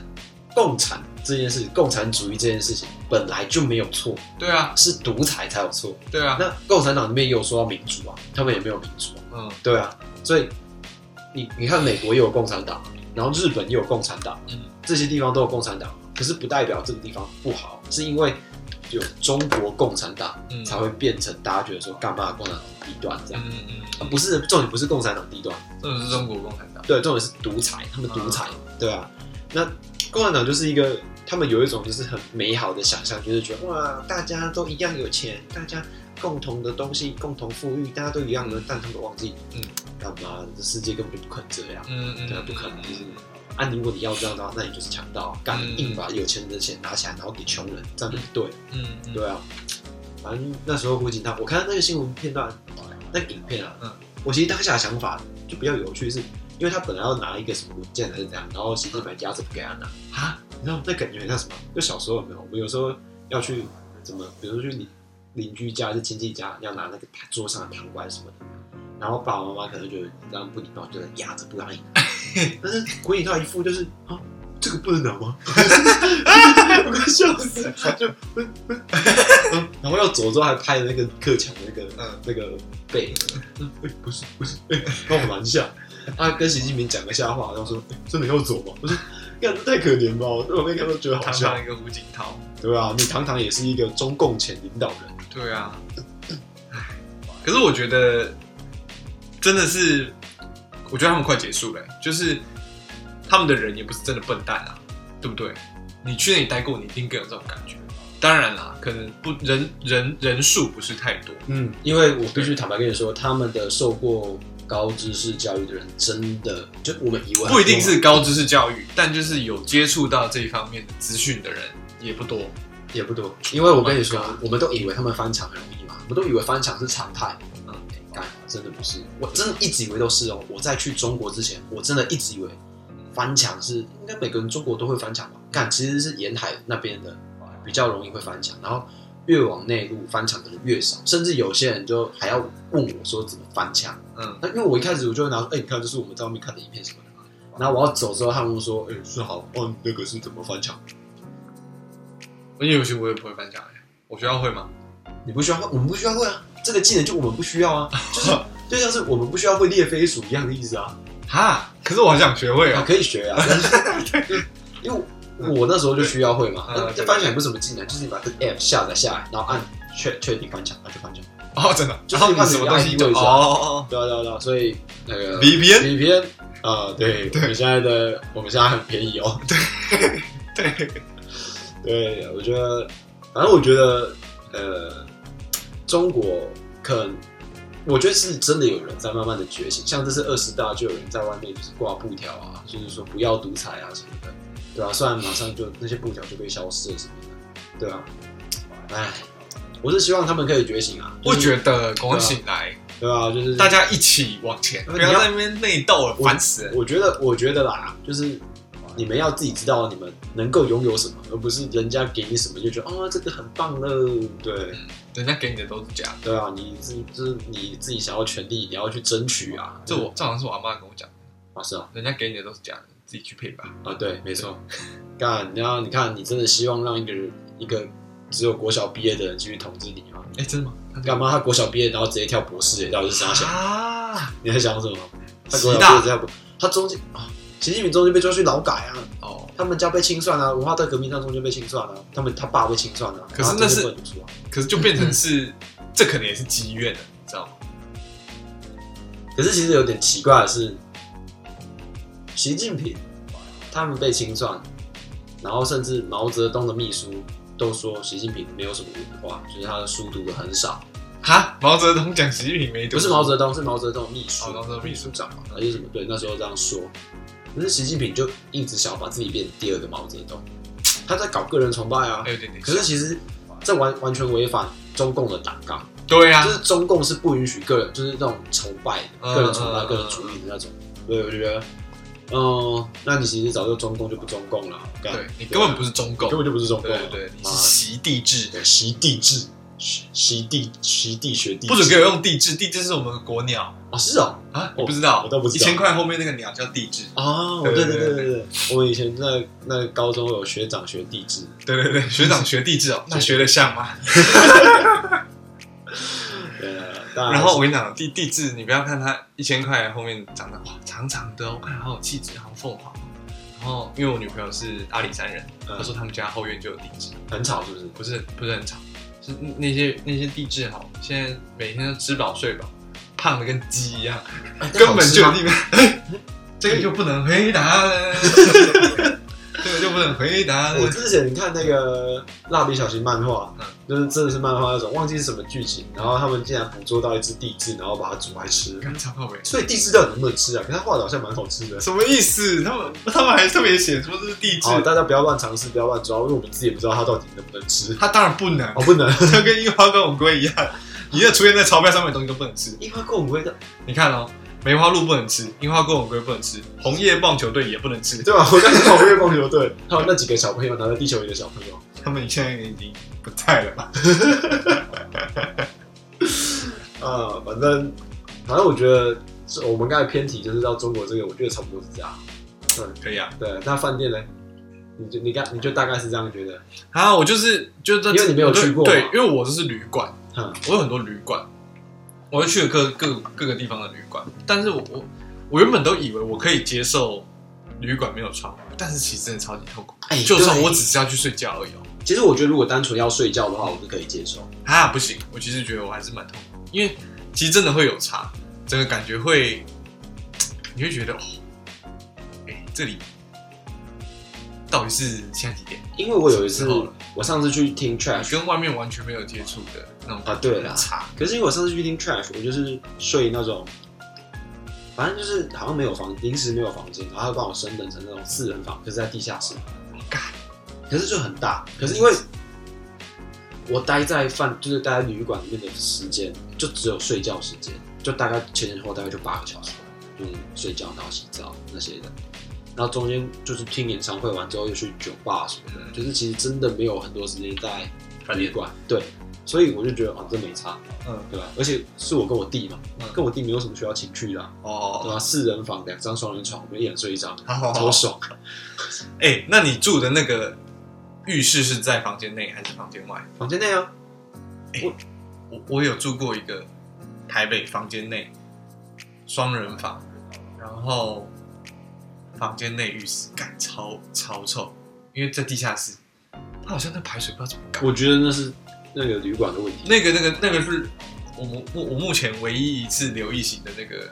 Speaker 1: 共产这件事，共产主义这件事情本来就没有错，
Speaker 2: 对啊，
Speaker 1: 是独裁才有错。
Speaker 2: 对啊，
Speaker 1: 那共产党里面也有说到民主啊，他们也没有民主啊，
Speaker 2: 嗯
Speaker 1: 对啊，所以你你看美国也有共产党，啊然后日本也有共产党，
Speaker 2: 嗯
Speaker 1: 这些地方都有共产党，啊可是不代表这个地方不好，啊是因为有中国共产党
Speaker 2: 嗯，
Speaker 1: 才会变成大家觉得说干嘛共产党低端这样。
Speaker 2: 嗯嗯
Speaker 1: 啊
Speaker 2: 嗯，
Speaker 1: 不是重点，不是共产党低端，
Speaker 2: 这种是中国共产党。
Speaker 1: 对，重点是独裁，他们独裁，对啊。那共产党就是一个，他们有一种就是很美好的想象，就是觉得哇，大家都一样有钱，大家共同的东西，共同富裕，大家都一样的，但他们忘记，嗯
Speaker 2: 嗯，
Speaker 1: 干嘛？这世界根本就不可能这样
Speaker 2: 嗯嗯，
Speaker 1: 对啊
Speaker 2: 嗯
Speaker 1: 不可能就是
Speaker 2: 嗯
Speaker 1: 啊！如果你要这样的话，那你就是强盗啊，干
Speaker 2: 嗯
Speaker 1: 硬把有钱人的钱拿起来，然后给穷人，这样就不对，
Speaker 2: 嗯，嗯
Speaker 1: 对啊。反正那时候胡锦涛，我看那个新闻片段，那个影片啊，
Speaker 2: 嗯
Speaker 1: 我其实当下的想法就比较有趣是，因为他本来要拿一个什么文件还是怎样，然后习近平压着不给他拿，
Speaker 2: 啊，
Speaker 1: 你知道那感觉很像什么？就小时候有没有？我们有时候要去怎么，比如说去邻邻居家还是亲戚家，要拿那个桌上的糖果还是什么的，然后爸爸妈妈可能觉得你这样不礼貌，就压着不让你拿。 但是胡锦涛一副就是啊，这个不能拿吗？ 我快笑死！就，嗯嗯嗯 然后要走之后还拍那个克强的那个
Speaker 2: 嗯
Speaker 1: 那个背，嗯哎不是不是，哎帮我拦下。他跟习近平讲个瞎话，然后说、哎真的要走吗？我说，干太可怜吧，我我被看到觉得好
Speaker 2: 堂
Speaker 1: 笑
Speaker 2: 堂，一个胡锦涛。
Speaker 1: 对吧、你堂堂也是一个中共前领导人，
Speaker 2: 对啊，可是我觉得真的是，我觉得他们快结束了欸、就是他们的人也不是真的笨蛋啊，对不对？你去那里待过，你一定更有这种感觉。当然啦，可能不人人人数不是太多，
Speaker 1: 嗯，因为我必须坦白跟你说，他们的受过高知识教育的人，真的就我们以为
Speaker 2: 不一定是高知识教育，但就是有接触到这一方面的资讯的人也不多。
Speaker 1: 也不多，因为我跟你说
Speaker 2: Oh my，
Speaker 1: 我们都以为他们翻墙很容易嘛，我们都以为翻墙是常态。啊哎
Speaker 2: 嗯
Speaker 1: 干，真的不是，我真的一直以为都是哦。我在去中国之前，我真的一直以为翻墙是应该每个人中国都会翻墙吧？干，其实是沿海那边的比较容易会翻墙，然后越往内陆翻墙的人越少，甚至有些人就还要问我说怎么翻墙。
Speaker 2: 嗯，
Speaker 1: 那因为我一开始我就会拿说，哎、你看这是我们在外面看的影片什么的嘛。然后我要走之后，他们就说，哎、是好，哦，那个是怎么翻墙？
Speaker 2: 因为有些我也不会翻墙、欸，我学校会吗？
Speaker 1: 你不需要会，我们不需要会啊，这个技能就我们不需要 啊，就是就像是我们不需要会猎飞鼠一样的意思啊。
Speaker 2: 哈，可是我好想学会
Speaker 1: 啊，
Speaker 2: 哦、
Speaker 1: 可以学啊，但是 因为我那时候就需要 会嘛。
Speaker 2: 嗯
Speaker 1: 那
Speaker 2: 对
Speaker 1: 翻墙也不是什么技能，就是你把这个 app 下载下来，然后按确确定翻墙，那就翻墙。
Speaker 2: 哦，真的，
Speaker 1: 就是
Speaker 2: 然后你
Speaker 1: 换
Speaker 2: 什
Speaker 1: 你
Speaker 2: 么
Speaker 1: 的
Speaker 2: 东西
Speaker 1: ID
Speaker 2: 就
Speaker 1: 位
Speaker 2: 哦
Speaker 1: 置啊
Speaker 2: 哦哦，
Speaker 1: 对啊对啊对啊，所以那个
Speaker 2: VPN
Speaker 1: VPN 啊，对，我们现在的我们现在很便宜哦。
Speaker 2: 对，
Speaker 1: 对，我觉得，反正我觉得，呃，中国可能，我觉得是真的有人在慢慢的觉醒，像这次二十大就有人在外面就是挂布条啊，就是说不要独裁啊什么的，对啊，虽然马上就那些布条就被消失了什么的，对啊，唉，我是希望他们可以觉醒啊，
Speaker 2: 我
Speaker 1: 就是
Speaker 2: 觉得赶快醒来，
Speaker 1: 对啊，就是
Speaker 2: 大家一起往前，
Speaker 1: 嗯
Speaker 2: 不呃要在那边内斗了，
Speaker 1: 我
Speaker 2: 烦死了。
Speaker 1: 我觉得，我觉得啦，就是你们要自己知道你们能够拥有什么，而不是人家给你什么就觉得啊、哦、这个很棒了，对。
Speaker 2: 人家给你的都是假的，
Speaker 1: 对啊，你自就是你自己想要权利，你要去争取啊。
Speaker 2: 这我这好像是我阿妈跟我讲，
Speaker 1: 啊是啊
Speaker 2: 人家给你的都是假的，你自己去配吧。
Speaker 1: 啊对，没错。 干，然后你看，你真的希望让一个人一个只有国小毕业的人去统治你吗？
Speaker 2: 哎，真的吗？
Speaker 1: 干嘛？他国小毕业，然后直接跳博士，欸到底是啥想？
Speaker 2: 啊？
Speaker 1: 你在想什么？他
Speaker 2: 习
Speaker 1: 国小毕业
Speaker 2: 大
Speaker 1: 直接跳博，他中间啊，习近平中间被抓去劳改啊，
Speaker 2: 哦，
Speaker 1: 他们家被清算啊，文化大革命上中间被清算啊，他们他爸被清算啊，
Speaker 2: 可是
Speaker 1: 然后他
Speaker 2: 那
Speaker 1: 中
Speaker 2: 是
Speaker 1: 间不能读书啊
Speaker 2: 可是就变成是，这可能也是积怨的，你知道吗？
Speaker 1: 可是其实有点奇怪的是，习近平他们被清算，然后甚至毛泽东的秘书都说习近平没有什么文化，就是他的书读的很少。
Speaker 2: 哈，毛泽东讲习近平没读
Speaker 1: 不
Speaker 2: 书，
Speaker 1: 是毛泽东，是毛泽东的秘书，
Speaker 2: 哦毛泽东秘书
Speaker 1: 长嘛，还是什么？对，那时候这样说。可是习近平就一直想要把自己变成第二个毛泽东，他在搞个人崇拜啊
Speaker 2: 哎还。有点点
Speaker 1: 可
Speaker 2: 像。
Speaker 1: 是其实这完完全违反中共的党纲。
Speaker 2: 对啊
Speaker 1: 就，是中共是不允许个人，就是那种崇拜、
Speaker 2: 嗯
Speaker 1: 个人崇拜、
Speaker 2: 嗯
Speaker 1: 个人主义的那种。对，我觉得，嗯，那你其实早就中共就不中共了，干
Speaker 2: 对你根本不是中共
Speaker 1: 根，本就不是中共
Speaker 2: 对
Speaker 1: 了，
Speaker 2: 对，你
Speaker 1: 妈
Speaker 2: 是
Speaker 1: 的
Speaker 2: 习地制，
Speaker 1: 对习地制，席地席地学地，
Speaker 2: 不准给我用地质，地质是我们的国鸟
Speaker 1: 啊！是哦，
Speaker 2: 啊，
Speaker 1: 我
Speaker 2: 我不知道，
Speaker 1: 我都不知道
Speaker 2: 一千块后面那个鸟叫地质，
Speaker 1: 啊，
Speaker 2: 对
Speaker 1: 对
Speaker 2: 对
Speaker 1: 对
Speaker 2: 对
Speaker 1: 对对对，我以前那那高中有学长学地质，
Speaker 2: 对对 对，学长学地质哦，那学的像吗？
Speaker 1: 呃，当
Speaker 2: 然后我跟你讲，地地质，你不要看它一千块后面长得哇长长的哦，我看好有气质，好像凤凰哦。然后因为我女朋友是阿里山人，
Speaker 1: 嗯
Speaker 2: 她说他们家后院就有地质，
Speaker 1: 呃很吵是不是？
Speaker 2: 不是不是很吵，是嗯那些那些地质好，现在每天都吃饱睡饱，胖的跟鸡一样，根本就有地方， 这个就不能回答 了，这个就不能回答
Speaker 1: 我
Speaker 2: 了。
Speaker 1: 之前看那个蜡笔小新漫画
Speaker 2: 嗯，
Speaker 1: 就是真的是漫画那种，忘记是什么剧情，然后他们竟然捕捉到一只地质，然后把它煮来吃。
Speaker 2: 干超靠北，
Speaker 1: 所以地质到底能不能吃啊？可是它画的好像蛮好吃的。
Speaker 2: 什么意思？他们他们还特别写说这是地质
Speaker 1: 好，，大家不要乱尝试，不要乱抓，因为我们自己也不知道它到底能不能吃。
Speaker 2: 他当然不能
Speaker 1: 哦，。不 能，
Speaker 2: 就跟樱花跟我龟一样，你要出现在钞票上面的东西都不能吃。
Speaker 1: 樱花过母龟的，
Speaker 2: 你看哦，梅花鹿不能吃，樱花跟我龟不能吃，红叶棒球队也不能吃。
Speaker 1: 对吧？我刚刚跑越棒球队，还有那几个小朋友，拿着地球仪的小朋友，
Speaker 2: 他们现在已经不在了 吧？
Speaker 1: 呃，反正反正我觉得是我们刚才偏题，就是到中国这个，我觉得差不多是这样。
Speaker 2: 可以啊，
Speaker 1: 对，那饭店呢？你就你刚你就大概是这样觉得？
Speaker 2: 啊，我就是就这，
Speaker 1: 因为你没有去过嘛
Speaker 2: 对，因为我就是旅馆，
Speaker 1: 嗯
Speaker 2: 我有很多旅馆，我会去了各各各个地方的旅馆，但是我我我原本都以为我可以接受旅馆没有窗户，但是其实真的超级痛苦，
Speaker 1: 哎
Speaker 2: 就算
Speaker 1: 对
Speaker 2: 我只是要去睡觉而已、哦。
Speaker 1: 其实我觉得，如果单纯要睡觉的话，我是可以接受。
Speaker 2: 啊，不行，我其实觉得我还是蛮痛苦，因为其实真的会有差，整个感觉会，你会觉得，哦，哎、这里到底是现在几点？
Speaker 1: 因为我有一次
Speaker 2: 之后了，
Speaker 1: 我上次去听 trash，
Speaker 2: 跟外面完全没有接触的那种
Speaker 1: 啊对啦
Speaker 2: 差，
Speaker 1: 可是因为我上次去听 trash，我就是睡那种，反正就是好像没有房，临时没有房间，然后他帮我升等成那种四人房，可是在地下室，
Speaker 2: 干，
Speaker 1: 可是就很大。可是因为我待在饭，就是待在旅馆里面的时间，就只有睡觉时间，就大概前前后后大概就八个小时，就是睡觉，然后洗澡那些的。然后中间就是听演唱会完之后又去酒吧什么的，就是其实真的没有很多时间在
Speaker 2: 饭
Speaker 1: 旅
Speaker 2: 店，
Speaker 1: 馆，对，所以我就觉得哦，这没差，
Speaker 2: 嗯，
Speaker 1: 对吧？而且是我跟我弟嘛，
Speaker 2: 嗯
Speaker 1: 跟我弟没有什么需要情趣的啊、对
Speaker 2: 哦，
Speaker 1: 吧？四人房，两张双人床，我们一人睡一张，
Speaker 2: 好好
Speaker 1: 超
Speaker 2: 好，
Speaker 1: 爽。
Speaker 2: 哎、那你住的那个浴室是在房间内还是房间外？
Speaker 1: 房间内啊，
Speaker 2: 我我有住过一个台北房间内双人房，然后房间内浴室，干超超臭，因为在地下室，它好像那排水不知道怎么搞。
Speaker 1: 我觉得那是那个旅馆的问题。
Speaker 2: 那个那个那个是我目我我目前唯一一次留一行的那个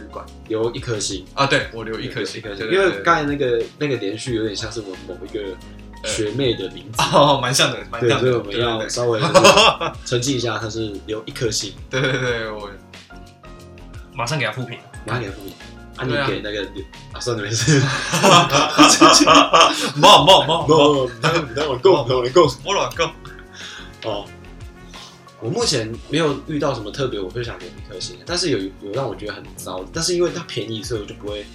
Speaker 2: 旅馆
Speaker 1: 留一颗星，
Speaker 2: 啊，对我留一颗星，
Speaker 1: 留
Speaker 2: 对对
Speaker 1: 因
Speaker 2: 对
Speaker 1: 为刚才那个那个连续有点像是我某一个学妹的名字，
Speaker 2: 哦蛮像的，蛮
Speaker 1: 对，
Speaker 2: 像
Speaker 1: 所以
Speaker 2: 的，
Speaker 1: 我们要稍 微就是澄清一下，她是留一颗星，
Speaker 2: 对对对对对，我马上给他复 评。
Speaker 1: 然后给付你，啊，你
Speaker 2: 对啊
Speaker 1: 给那个啊，算了，没事，
Speaker 2: 冒冒冒
Speaker 1: 不
Speaker 2: 冒，
Speaker 1: 不不，你等我够，你等我够
Speaker 2: 我老公。
Speaker 1: 哦。我目前没有遇到什么特别，我会想留一颗星，但是有有让我觉得很糟，但是因为它便宜，所以我就不会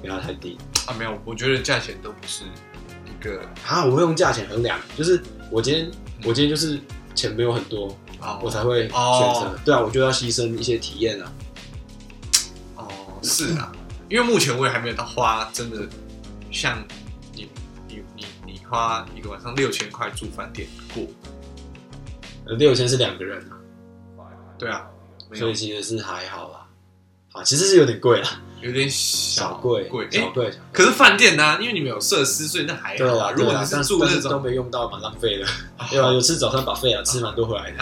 Speaker 1: 给它太低。
Speaker 2: 啊，没有，我觉得价钱都不是一个
Speaker 1: 啊，我会用价钱衡量，就是我今
Speaker 2: 嗯
Speaker 1: 天我今天就是钱没有很多，
Speaker 2: 哦，
Speaker 1: 我才会选择。
Speaker 2: 哦
Speaker 1: 对啊，我就要牺牲一些体验啊。
Speaker 2: 哦是啊，因为目前我也还没有到花真的像你你你你花一个晚上六千块住饭店过，
Speaker 1: 呃六千是两个人啊，
Speaker 2: 对啊，没
Speaker 1: 所
Speaker 2: 有
Speaker 1: 以其实是还好啦。啊，其实是有点贵啦，
Speaker 2: 有点
Speaker 1: 小
Speaker 2: 小
Speaker 1: 贵，
Speaker 2: 贵，
Speaker 1: 小
Speaker 2: 哎，
Speaker 1: 贵。
Speaker 2: 可是饭店呢，因为你们有设施，所以那还
Speaker 1: 对
Speaker 2: 好
Speaker 1: 啊，
Speaker 2: 如果
Speaker 1: 对啊
Speaker 2: 你
Speaker 1: 但
Speaker 2: 是住
Speaker 1: 但
Speaker 2: 那
Speaker 1: 是都
Speaker 2: 种，
Speaker 1: 没用到，蛮浪 费的。
Speaker 2: 啊
Speaker 1: 对啊，有吃早餐把费啊，吃蛮多回来的。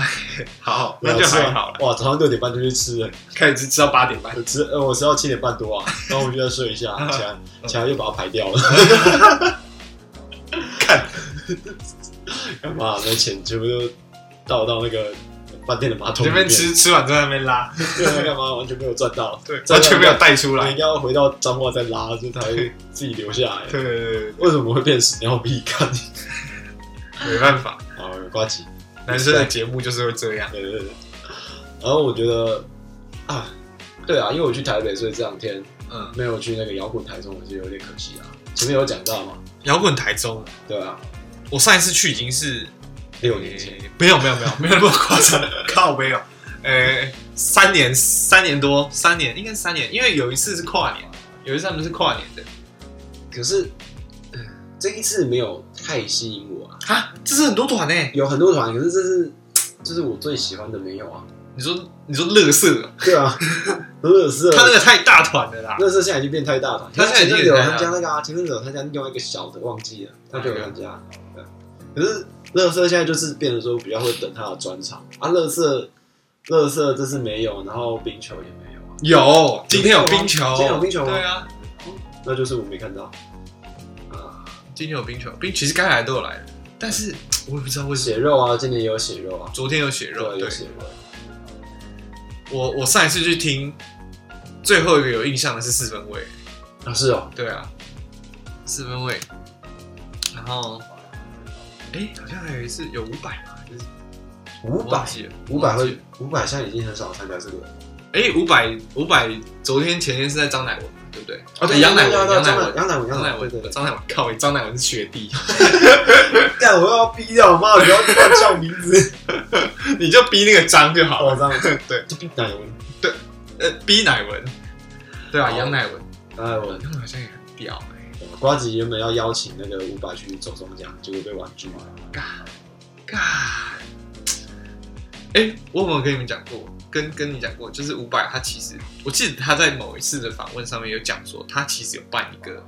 Speaker 2: 好，那就还好了，
Speaker 1: 哇，早上六点半就去吃了，
Speaker 2: 开始吃到八点半
Speaker 1: 我，吃呃我吃到七点半多啊，然后我就再睡一下，起来起来又把它排掉了。
Speaker 2: 看
Speaker 1: 干嘛？那钱全部都倒到那个饭店的马桶里
Speaker 2: 这
Speaker 1: 面
Speaker 2: 边，吃吃完在那边拉，
Speaker 1: 对啊，干嘛？完全没有赚到，
Speaker 2: 对，完全没有带出
Speaker 1: 你
Speaker 2: 来
Speaker 1: 应，该要回到脏话再拉，就才会自己留下来。
Speaker 2: 对对对
Speaker 1: 为什么会变屎尿屁？看你，
Speaker 2: 对，没办法，
Speaker 1: 好，瓜吉，
Speaker 2: 男生的节目就是会这样。
Speaker 1: 对对对。然后我觉得啊，对啊，因为我去台北，所以这两天
Speaker 2: 嗯，
Speaker 1: 没有去那个摇滚台中，我是有点可惜啊。前面有讲到嘛，
Speaker 2: 摇滚台中，
Speaker 1: 对啊，
Speaker 2: 我上一次去已经是
Speaker 1: 六年前，
Speaker 2: 没有没有没有没有那么夸张， 靠没有，呃，三年三年多三年，应该是三年，因为有一次是跨年，有一次他们是跨年的
Speaker 1: 可是呃这一次没有太吸引我啊。
Speaker 2: 啊，这是很多团呢、
Speaker 1: 有很多团，可是这是这是我最喜欢的没有啊。
Speaker 2: 你说你说乐色，
Speaker 1: 对啊， 乐色，
Speaker 2: 他那个太大团了啦，
Speaker 1: 乐色现在已经变太大团。
Speaker 2: 他现在已经
Speaker 1: 前阵
Speaker 2: 变
Speaker 1: 子有
Speaker 2: 太大嗯
Speaker 1: 参加那个啊，前阵子有参加另外一个小的，忘记了，他就有参
Speaker 2: 啊
Speaker 1: 加。对，可是乐色现在就是变得说比较会等他的专场啊，乐色，乐色这次没有，然后冰球也没有啊，
Speaker 2: 有啊今天有冰球，
Speaker 1: 今天有冰球吗
Speaker 2: 对啊，
Speaker 1: 那就是我没看到啊，
Speaker 2: 今天有冰球，冰其实该来都有来的，但是我也不知道为什么，
Speaker 1: 血肉啊，今年也有血肉啊，
Speaker 2: 昨天有血肉，
Speaker 1: 对，
Speaker 2: 对
Speaker 1: 有，血肉。
Speaker 2: 我我上一次去听最后一个有印象的是四分卫，
Speaker 1: 啊，是哦，
Speaker 2: 对啊，四分卫，然后，哎、好像还有一次有五百嘛，还是
Speaker 1: 五
Speaker 2: 我
Speaker 1: 百
Speaker 2: 忘，记了
Speaker 1: 五百
Speaker 2: 忘记
Speaker 1: 会
Speaker 2: 了，
Speaker 1: 五百现在已经很少参加这个了。
Speaker 2: 哎，五百五百，昨天前天是在张乃文，对啊不对？
Speaker 1: 哦，对，
Speaker 2: 杨乃文，
Speaker 1: 对
Speaker 2: 杨
Speaker 1: 对
Speaker 2: 乃
Speaker 1: 张
Speaker 2: 文，
Speaker 1: 杨乃文，
Speaker 2: 张乃
Speaker 1: 文，对对
Speaker 2: 文，。张乃文，靠，张乃文是学弟，
Speaker 1: 但我要逼掉我妈，不要乱叫名 字。
Speaker 2: 你就逼那个张就好
Speaker 1: 我
Speaker 2: 了，
Speaker 1: 张
Speaker 2: 对，
Speaker 1: 就逼奶文，
Speaker 2: 呃，逼乃文，对啊，
Speaker 1: 好
Speaker 2: 杨乃文，
Speaker 1: 哎，我
Speaker 2: 杨乃文好像也很屌哎、
Speaker 1: 瓜子原本要邀请那个伍佰去走中奖，结果被婉拒了。
Speaker 2: 嘎，哎，我有没有跟你们讲过？跟跟你讲过，就是伍佰他其实，我记得他在某一次的访问上面有讲说，他其实有办一个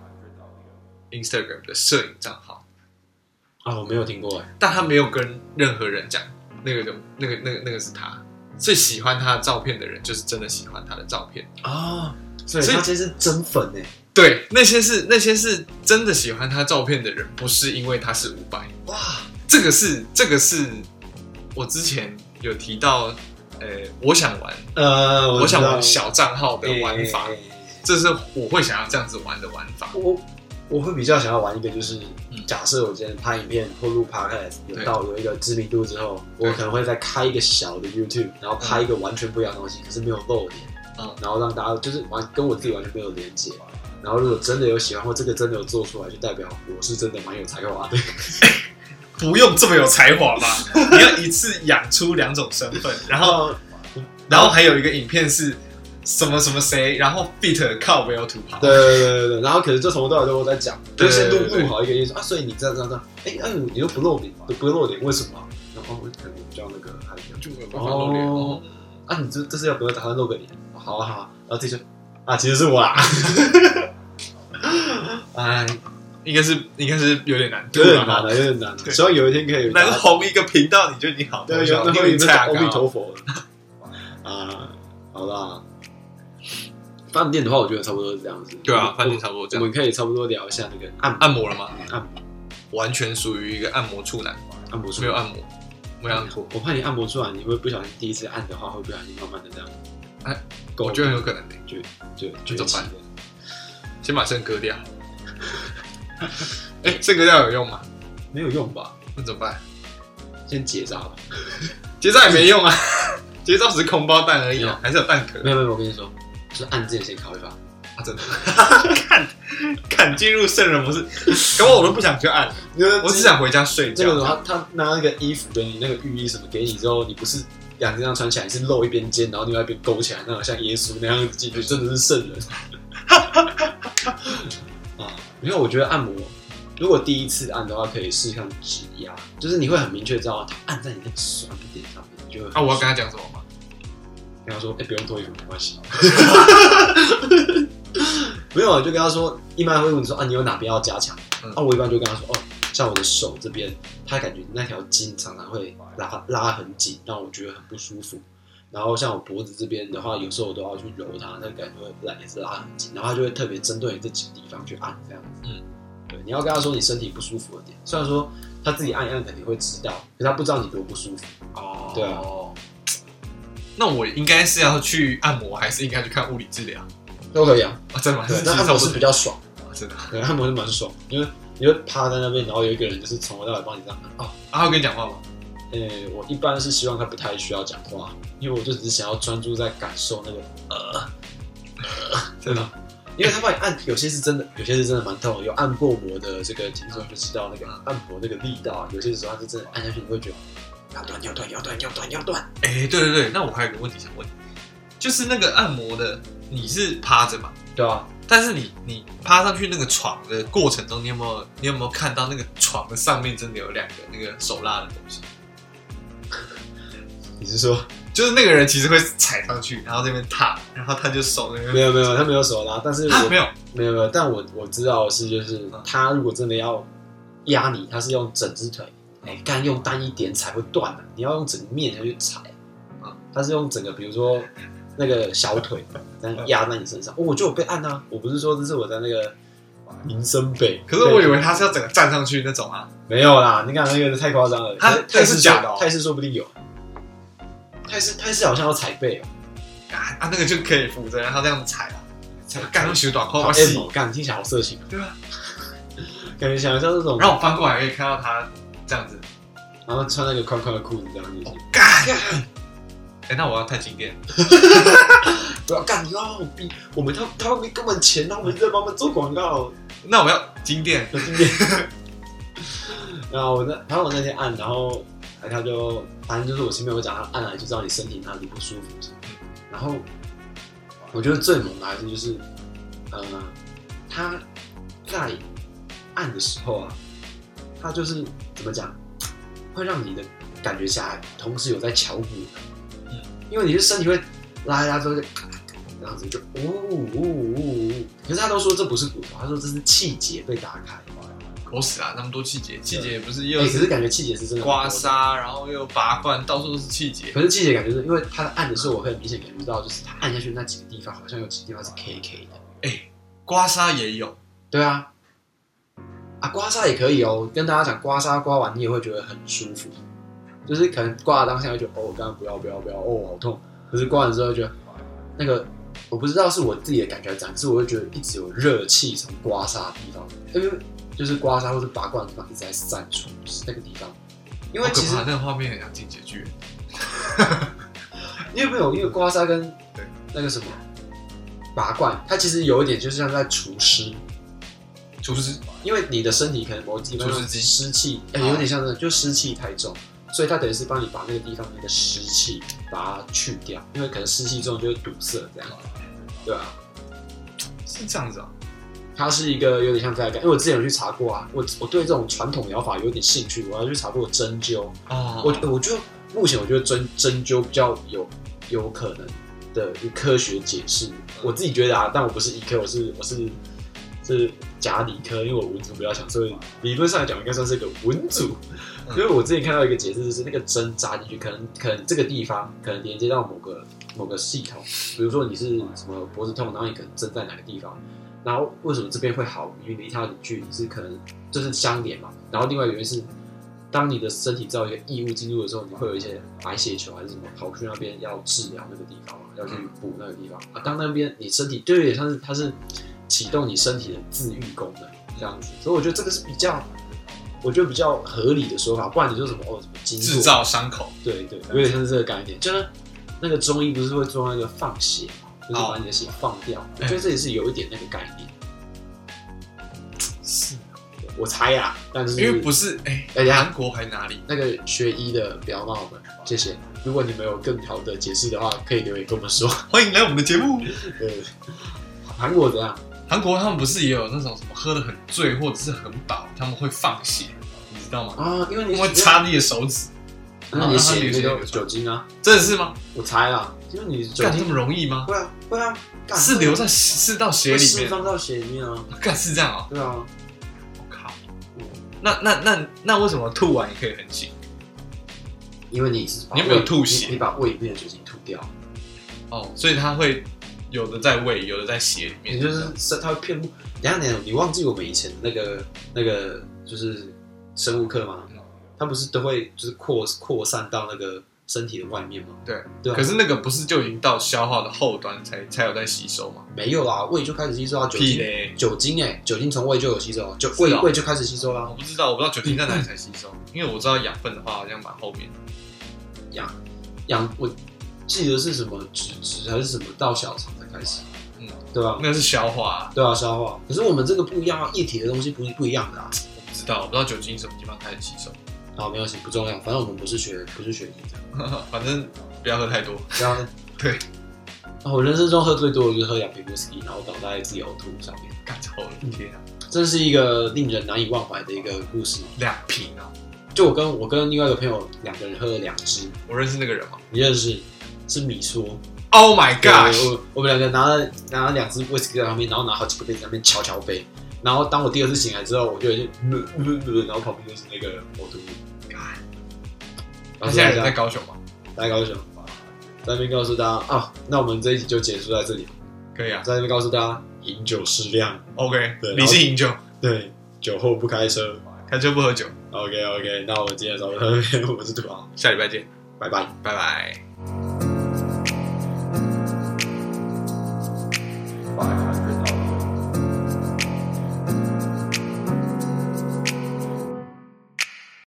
Speaker 2: Instagram 的摄影账号，
Speaker 1: 啊，我没有听过哎，
Speaker 2: 但他没有跟任何人讲那个就那个那个那个是他。最喜欢他的照片的人，就是真的喜欢他的照片。
Speaker 1: 啊，所以
Speaker 2: 以
Speaker 1: 他这是真粉哎，
Speaker 2: 对，那些是那些是真的喜欢他照片的人，不是因为他是伍佰。
Speaker 1: 哇，
Speaker 2: 这个是这个是我之前有提到，呃，我想玩
Speaker 1: 呃，
Speaker 2: 我嗯想玩
Speaker 1: 玩
Speaker 2: 小账号
Speaker 1: 哎
Speaker 2: 的玩法，这是我会想要这样子玩的玩法。
Speaker 1: 我我会比较想要玩一个，就是
Speaker 2: 嗯
Speaker 1: 假设我今天拍影片或录 podcast 有
Speaker 2: 对
Speaker 1: 到有一个知名度之后，
Speaker 2: 对
Speaker 1: 我可能会再开一个小的 YouTube，然后拍一个完全不一样的东西，可是没有露脸，
Speaker 2: 嗯
Speaker 1: 然后让大家就是完跟我自己完全没有连接。然后如果真的有喜欢或这个真的有做出来，就代表我是真的蛮有才华 的。
Speaker 2: 不用这么有才华 吧？你要一次养出两种身份，然后然后还有一个影片是什么什么谁，然后 beat 靠没有土豪。
Speaker 1: 对对对对对，然后可能就从头到尾都我在讲，就
Speaker 2: 对
Speaker 1: 是录
Speaker 2: 对对
Speaker 1: 录好一个意思啊，所以你这样这样这样，哎，那、你又不露脸，都不露脸，为什么啊？然后我可能比较那个害羞。
Speaker 2: 就没有办法露脸哦
Speaker 1: 哦，啊，你这这是要不要打算露个脸？好啊好啊，然后自己就啊，其实是我啦。哎，
Speaker 2: 应该是应该是有点难度
Speaker 1: 有点
Speaker 2: 了
Speaker 1: 难
Speaker 2: 吧。
Speaker 1: 了，有点难了。
Speaker 2: 对
Speaker 1: 希望有一天可以
Speaker 2: 能红一个频道你就已经好
Speaker 1: 对，
Speaker 2: 多
Speaker 1: 有
Speaker 2: 少，
Speaker 1: 那
Speaker 2: 你
Speaker 1: 会
Speaker 2: 很
Speaker 1: 有
Speaker 2: 菜啊
Speaker 1: 阿弥
Speaker 2: 高
Speaker 1: 陀佛了。啊，好啦。饭店的话，我觉得差不多是这样子。
Speaker 2: 对啊，
Speaker 1: 我
Speaker 2: 饭店差不多这
Speaker 1: 我
Speaker 2: 样。
Speaker 1: 们可以差不多聊一下那个按
Speaker 2: 按摩了吗？
Speaker 1: 按摩
Speaker 2: 完全属于一个按摩处男，
Speaker 1: 按摩术
Speaker 2: 没有按摩，没有按过。
Speaker 1: 我怕你按摩出来，你会不小心第一次按的话，会不小心慢慢的这样。
Speaker 2: 哎，
Speaker 1: 够
Speaker 2: 我觉得很有可能的。
Speaker 1: 就就
Speaker 2: 这
Speaker 1: 就
Speaker 2: 怎么办先把肾割掉。 哎、肾割掉有用吗？
Speaker 1: 没有用吧？
Speaker 2: 那怎么办？
Speaker 1: 先结扎吧。
Speaker 2: 结扎也没用啊， 结扎只是空包蛋而已、啊，还是有蛋壳
Speaker 1: 没有没有，我跟你说，就是按之前先考一把。
Speaker 2: 啊！真的， 看看进入圣人模式，搞我我都不想去按，我只想回家睡
Speaker 1: 这个
Speaker 2: 觉。
Speaker 1: 的话，他拿那个衣服给你，那个浴衣什么给你之后，你不是两只这样穿起来，你是露一边肩，然后另外一边勾起来，那种像耶稣那样子进去，真的是圣人。 啊，因为我觉得按摩，如果第一次按的话，可以试看指压，就是你会很明确知道它按在你那个酸的点上面，你就会
Speaker 2: 啊，我要跟他讲什么吗？
Speaker 1: 跟他说，哎、不用脱衣服，没关系。 没有，啊，就跟他说，一般会问你说啊，你有哪边要加强？
Speaker 2: 嗯
Speaker 1: 啊，我一般就跟他说，哦，像我的手这边，他感觉那条筋常常会拉拉很紧，让我觉得很不舒服。然后像我脖子这边的话，有时候我都要去揉它，那感觉会拉也是拉很紧，然后他就会特别针对你这几个地方去按这样子。
Speaker 2: 嗯，
Speaker 1: 对，你要跟他说你身体不舒服的点，虽然说他自己按一按肯定会知道，可是他不知道你多不舒服。
Speaker 2: 哦
Speaker 1: 对啊。
Speaker 2: 那我应该是要去按摩，还是应该去看物理治疗？
Speaker 1: 都可以啊，
Speaker 2: 啊，真的吗？
Speaker 1: 对
Speaker 2: 是，
Speaker 1: 那按摩是比较爽。
Speaker 2: 啊真的。
Speaker 1: 对，按摩是蛮爽，因为你会趴在那边，然后有一个人就是从头到尾帮你这样按。哦，
Speaker 2: 啊，他会跟你讲话吗？
Speaker 1: 呃，我一般是希望他不太需要讲话，因为我就只是想要专注在感受那个
Speaker 2: 真的。
Speaker 1: 呃因为他们按有些是真的，有些是真的蛮痛的，有按薄膜的这个听众就知道那个按摩那个力道啊，有些时候它是真的按下去你会觉得要断要断要断要断要断，
Speaker 2: 哎、对对对，那我还有个问题想问你，就是那个按摩的，你是趴着嘛？
Speaker 1: 对啊，
Speaker 2: 但是你你趴上去那个床的过程中，你有没有你有没有看到那个床的上面真的有两个那个手拉的东西？
Speaker 1: 你是说
Speaker 2: 就是那个人其实会踩上去，然后这边踏，然后他就手那
Speaker 1: 没
Speaker 2: 边
Speaker 1: 有没有他没有手拉，但是
Speaker 2: 啊
Speaker 1: 我
Speaker 2: 没有
Speaker 1: 没有没有，但我我知道的是，就是
Speaker 2: 嗯
Speaker 1: 他如果真的要压你，他是用整只腿，
Speaker 2: 嗯
Speaker 1: 哎、干用单一点踩会断的、你要用整个面下去踩啊
Speaker 2: 嗯，
Speaker 1: 他是用整个，比如 说那个小腿，但压在你身
Speaker 2: 嗯
Speaker 1: 上。哦，我就有被按啊，我不是说这是我在那个民生北，
Speaker 2: 可是我以为他是要整个站上去那种啊，
Speaker 1: 没有啦，你看那个太夸张了，
Speaker 2: 他
Speaker 1: 泰
Speaker 2: 那
Speaker 1: 式
Speaker 2: 是假的哦
Speaker 1: 说泰式说不定有，泰式泰式好像要踩背哦，
Speaker 2: 啊啊那个就可以扶着，然后这样踩啊，踩干用洗短裤
Speaker 1: 好
Speaker 2: 好
Speaker 1: M
Speaker 2: 细
Speaker 1: 哦，，干听起来好色情哦，
Speaker 2: 对啊，
Speaker 1: 感觉想像这种，
Speaker 2: 然后我翻过来可以看到他这样子，
Speaker 1: 然后穿那个宽宽的裤子这样进去。
Speaker 2: 干，哎、那我要太经典，
Speaker 1: 不要干，你要让我逼我们他他们给我们钱，然后我们再帮我们做广告。
Speaker 2: 那我要经典，
Speaker 1: 然后我那然后我那天按，然后他就反正就是我前面有讲，他按来就知道你身体哪里不舒服什么的。然后我觉得最猛的还是就是，呃，他在按的时候啊，他就是怎么讲，会让你的感觉下来，同时有在敲鼓，
Speaker 2: 嗯
Speaker 1: 因为你的身体会拉一拉之后就咔咔咔，然后就呜呜呜呜呜。可是他都说这不是骨头，他说这是气节被打开。
Speaker 2: 狗屎啊，那么多气节，气节不是
Speaker 1: 哎、
Speaker 2: 又
Speaker 1: 可是感觉气节是真的
Speaker 2: 刮
Speaker 1: 很多的
Speaker 2: 痧，然后又拔罐，到处都是气节，
Speaker 1: 可是季节感觉是因为它按的时候，我会很明显感觉到，就是它按下去那几个地方，好像有几个地方是 K K 的。
Speaker 2: 刮痧也有。
Speaker 1: 对啊，啊，刮痧也可以哦。跟大家讲，刮痧刮完你也会觉得很舒服，就是可能刮的当下会觉得哦，我刚刚不要不要不要，哦，好痛。可是刮完之后就觉得那个，我不知道是我自己的感觉还是怎样，可是我会觉得一直有热气从刮痧的地方，因为就是刮痧或是拔罐的地方一直在散出，就是那个地方。因为
Speaker 2: 好可
Speaker 1: 其实
Speaker 2: 怕那个画面很像进结局，
Speaker 1: 因为没有，因为刮痧跟
Speaker 2: 对
Speaker 1: 那个什么拔罐，它其实有一点就是像在除湿，
Speaker 2: 厨师
Speaker 1: 因为你的身体可能某几地
Speaker 2: 除
Speaker 1: 方
Speaker 2: 湿机
Speaker 1: 湿气，哎、
Speaker 2: 啊
Speaker 1: 有点像那个，就湿气太重，所以它等于是帮你把那个地方那个湿气把它去掉，因为可能湿气重就会堵塞这样，对啊，
Speaker 2: 是这样子啊，
Speaker 1: 它是一个有点像在干，因为我之前有去查过啊，我我对这种传统疗法有点兴趣，我要去查过针灸，
Speaker 2: 哦
Speaker 1: 我我觉得目前我觉得针针灸比较有有可能的一科学解释，
Speaker 2: 嗯
Speaker 1: 我自己觉得啊，但我不是医科，我是我是是假理科，因为我文组比较强，所以理论上来讲应该算是个文组。
Speaker 2: 嗯
Speaker 1: 因为我之前看到一个解释，就是那个针扎进去，可能可能这个地方可能连接到某个某个系统，比如说你是什么脖子痛，然后你可能针在哪个地方，然后为什么这边会好？因为离它的距离是可能就是相连嘛。然后另外一个原因是，当你的身体知道一个异物进入的时候，你会有一些白血球还是什么跑去那边要治疗那个地方嘛，要
Speaker 2: 嗯
Speaker 1: 去补那个地方啊。当那边你身体就有点像是它是启动你身体的自愈功能这样子，所以我觉得这个是比较。我觉得比较合理的说法，不然你说什么哦，什么经络
Speaker 2: 制造伤口，
Speaker 1: 对对，有点像是这个概念，就是那个中医不是会做那个放血嘛，就是把你的血放掉。我觉得这也是有一点那个概 念，
Speaker 2: 是
Speaker 1: 我猜呀、但是
Speaker 2: 因为不是哎，
Speaker 1: 哎呀
Speaker 2: 韩国还哪里？
Speaker 1: 那个学医的不要骂我们，谢谢。如果你们有更好的解释的话，可以留言跟我们 说。
Speaker 2: 欢迎来我们的节目。
Speaker 1: 呃，韩国怎样？
Speaker 2: 韩国他们不是也有那种什么喝的很醉或者是很饱，他们会放血，你知道吗？
Speaker 1: 啊，因为
Speaker 2: 他
Speaker 1: 你
Speaker 2: 们会插你的手指，
Speaker 1: 那你血里面
Speaker 2: 然后让它流血
Speaker 1: 有
Speaker 2: 流出来
Speaker 1: 酒精啊，
Speaker 2: 真的是吗？
Speaker 1: 我猜啦，因为你酒
Speaker 2: 干这
Speaker 1: 精
Speaker 2: 么容易吗？
Speaker 1: 会啊会啊，干
Speaker 2: 是流在是到血
Speaker 1: 会
Speaker 2: 里
Speaker 1: 释
Speaker 2: 面，
Speaker 1: 放到血里面啊，
Speaker 2: 干是这样哦。
Speaker 1: 对啊，
Speaker 2: 我靠，那那那那为什么吐完也可以很醒？
Speaker 1: 因为你是把
Speaker 2: 你有没有
Speaker 1: 胃
Speaker 2: 吐
Speaker 1: 你
Speaker 2: 血
Speaker 1: 你把胃里面的酒精吐掉。
Speaker 2: 哦，所以它会有的在胃，有的在血里面，
Speaker 1: 也就是生它会骗不。等一下，你你忘记我们以前那个那个就是生物课
Speaker 2: 嗯
Speaker 1: 吗？它不是都会就是扩扩散到那个身体的外面吗？
Speaker 2: 对。
Speaker 1: 对啊，
Speaker 2: 可是那个不是就已经到消化的后端才才有在吸收吗？
Speaker 1: 没有啦，胃就开始吸收到啊酒
Speaker 2: 屁
Speaker 1: 精，
Speaker 2: 嘞！
Speaker 1: 酒精哎、酒精从胃就有吸收，就胃
Speaker 2: 是啊
Speaker 1: 胃就开始吸收啦
Speaker 2: 我。不知道，我不知道酒精在哪里才吸收，因为我知道养分的话好像蛮后面。
Speaker 1: 养养我记得是什么脂质还是什么到小肠才开始，
Speaker 2: 嗯，嗯，
Speaker 1: 对吧、
Speaker 2: 那是消化、啊，
Speaker 1: 对啊，消化。可是我们这个不一样啊，液体的东西不不一样的啊。
Speaker 2: 我不知道，我不知道酒精什么地方开始吸收，
Speaker 1: 啊，没关系，不重要，反正我们不是学不是学医的。
Speaker 2: 反正不要喝太多。
Speaker 1: 然后呢？
Speaker 2: 对，
Speaker 1: 啊，我人生中喝最多的就是喝两瓶威士忌，然后倒在自己呕吐上面。
Speaker 2: 干超了，天啊，
Speaker 1: 这是一个令人难以忘怀的一个故事。
Speaker 2: 两瓶啊！
Speaker 1: 就我跟我跟另外一个朋友两个人喝了两支，
Speaker 2: 我认识那个人吗
Speaker 1: 你认识？是米说。
Speaker 2: ？Oh my
Speaker 1: 对
Speaker 2: god！
Speaker 1: 我我们两个拿了拿了两支威士忌在旁边，然后拿好几个杯子在那边敲敲杯。然后当我第二次醒来之后，我就已经、呃呃呃然后旁边就是那个呕吐物。
Speaker 2: 他
Speaker 1: 然后
Speaker 2: 现在
Speaker 1: 大
Speaker 2: 人
Speaker 1: 家
Speaker 2: 在高雄吗？
Speaker 1: 来高雄，在那边告诉大家啊，那我们这一集就结束在这里，
Speaker 2: 可以啊。
Speaker 1: 在那边告诉大家饮酒适量，
Speaker 2: OK，
Speaker 1: 对
Speaker 2: 理性饮酒，
Speaker 1: 对，酒后不开车。
Speaker 2: 开车不喝酒。
Speaker 1: OK OK，那我们今天的早餐，我是土豪，
Speaker 2: 下礼拜见，
Speaker 1: 拜拜。
Speaker 2: 拜拜。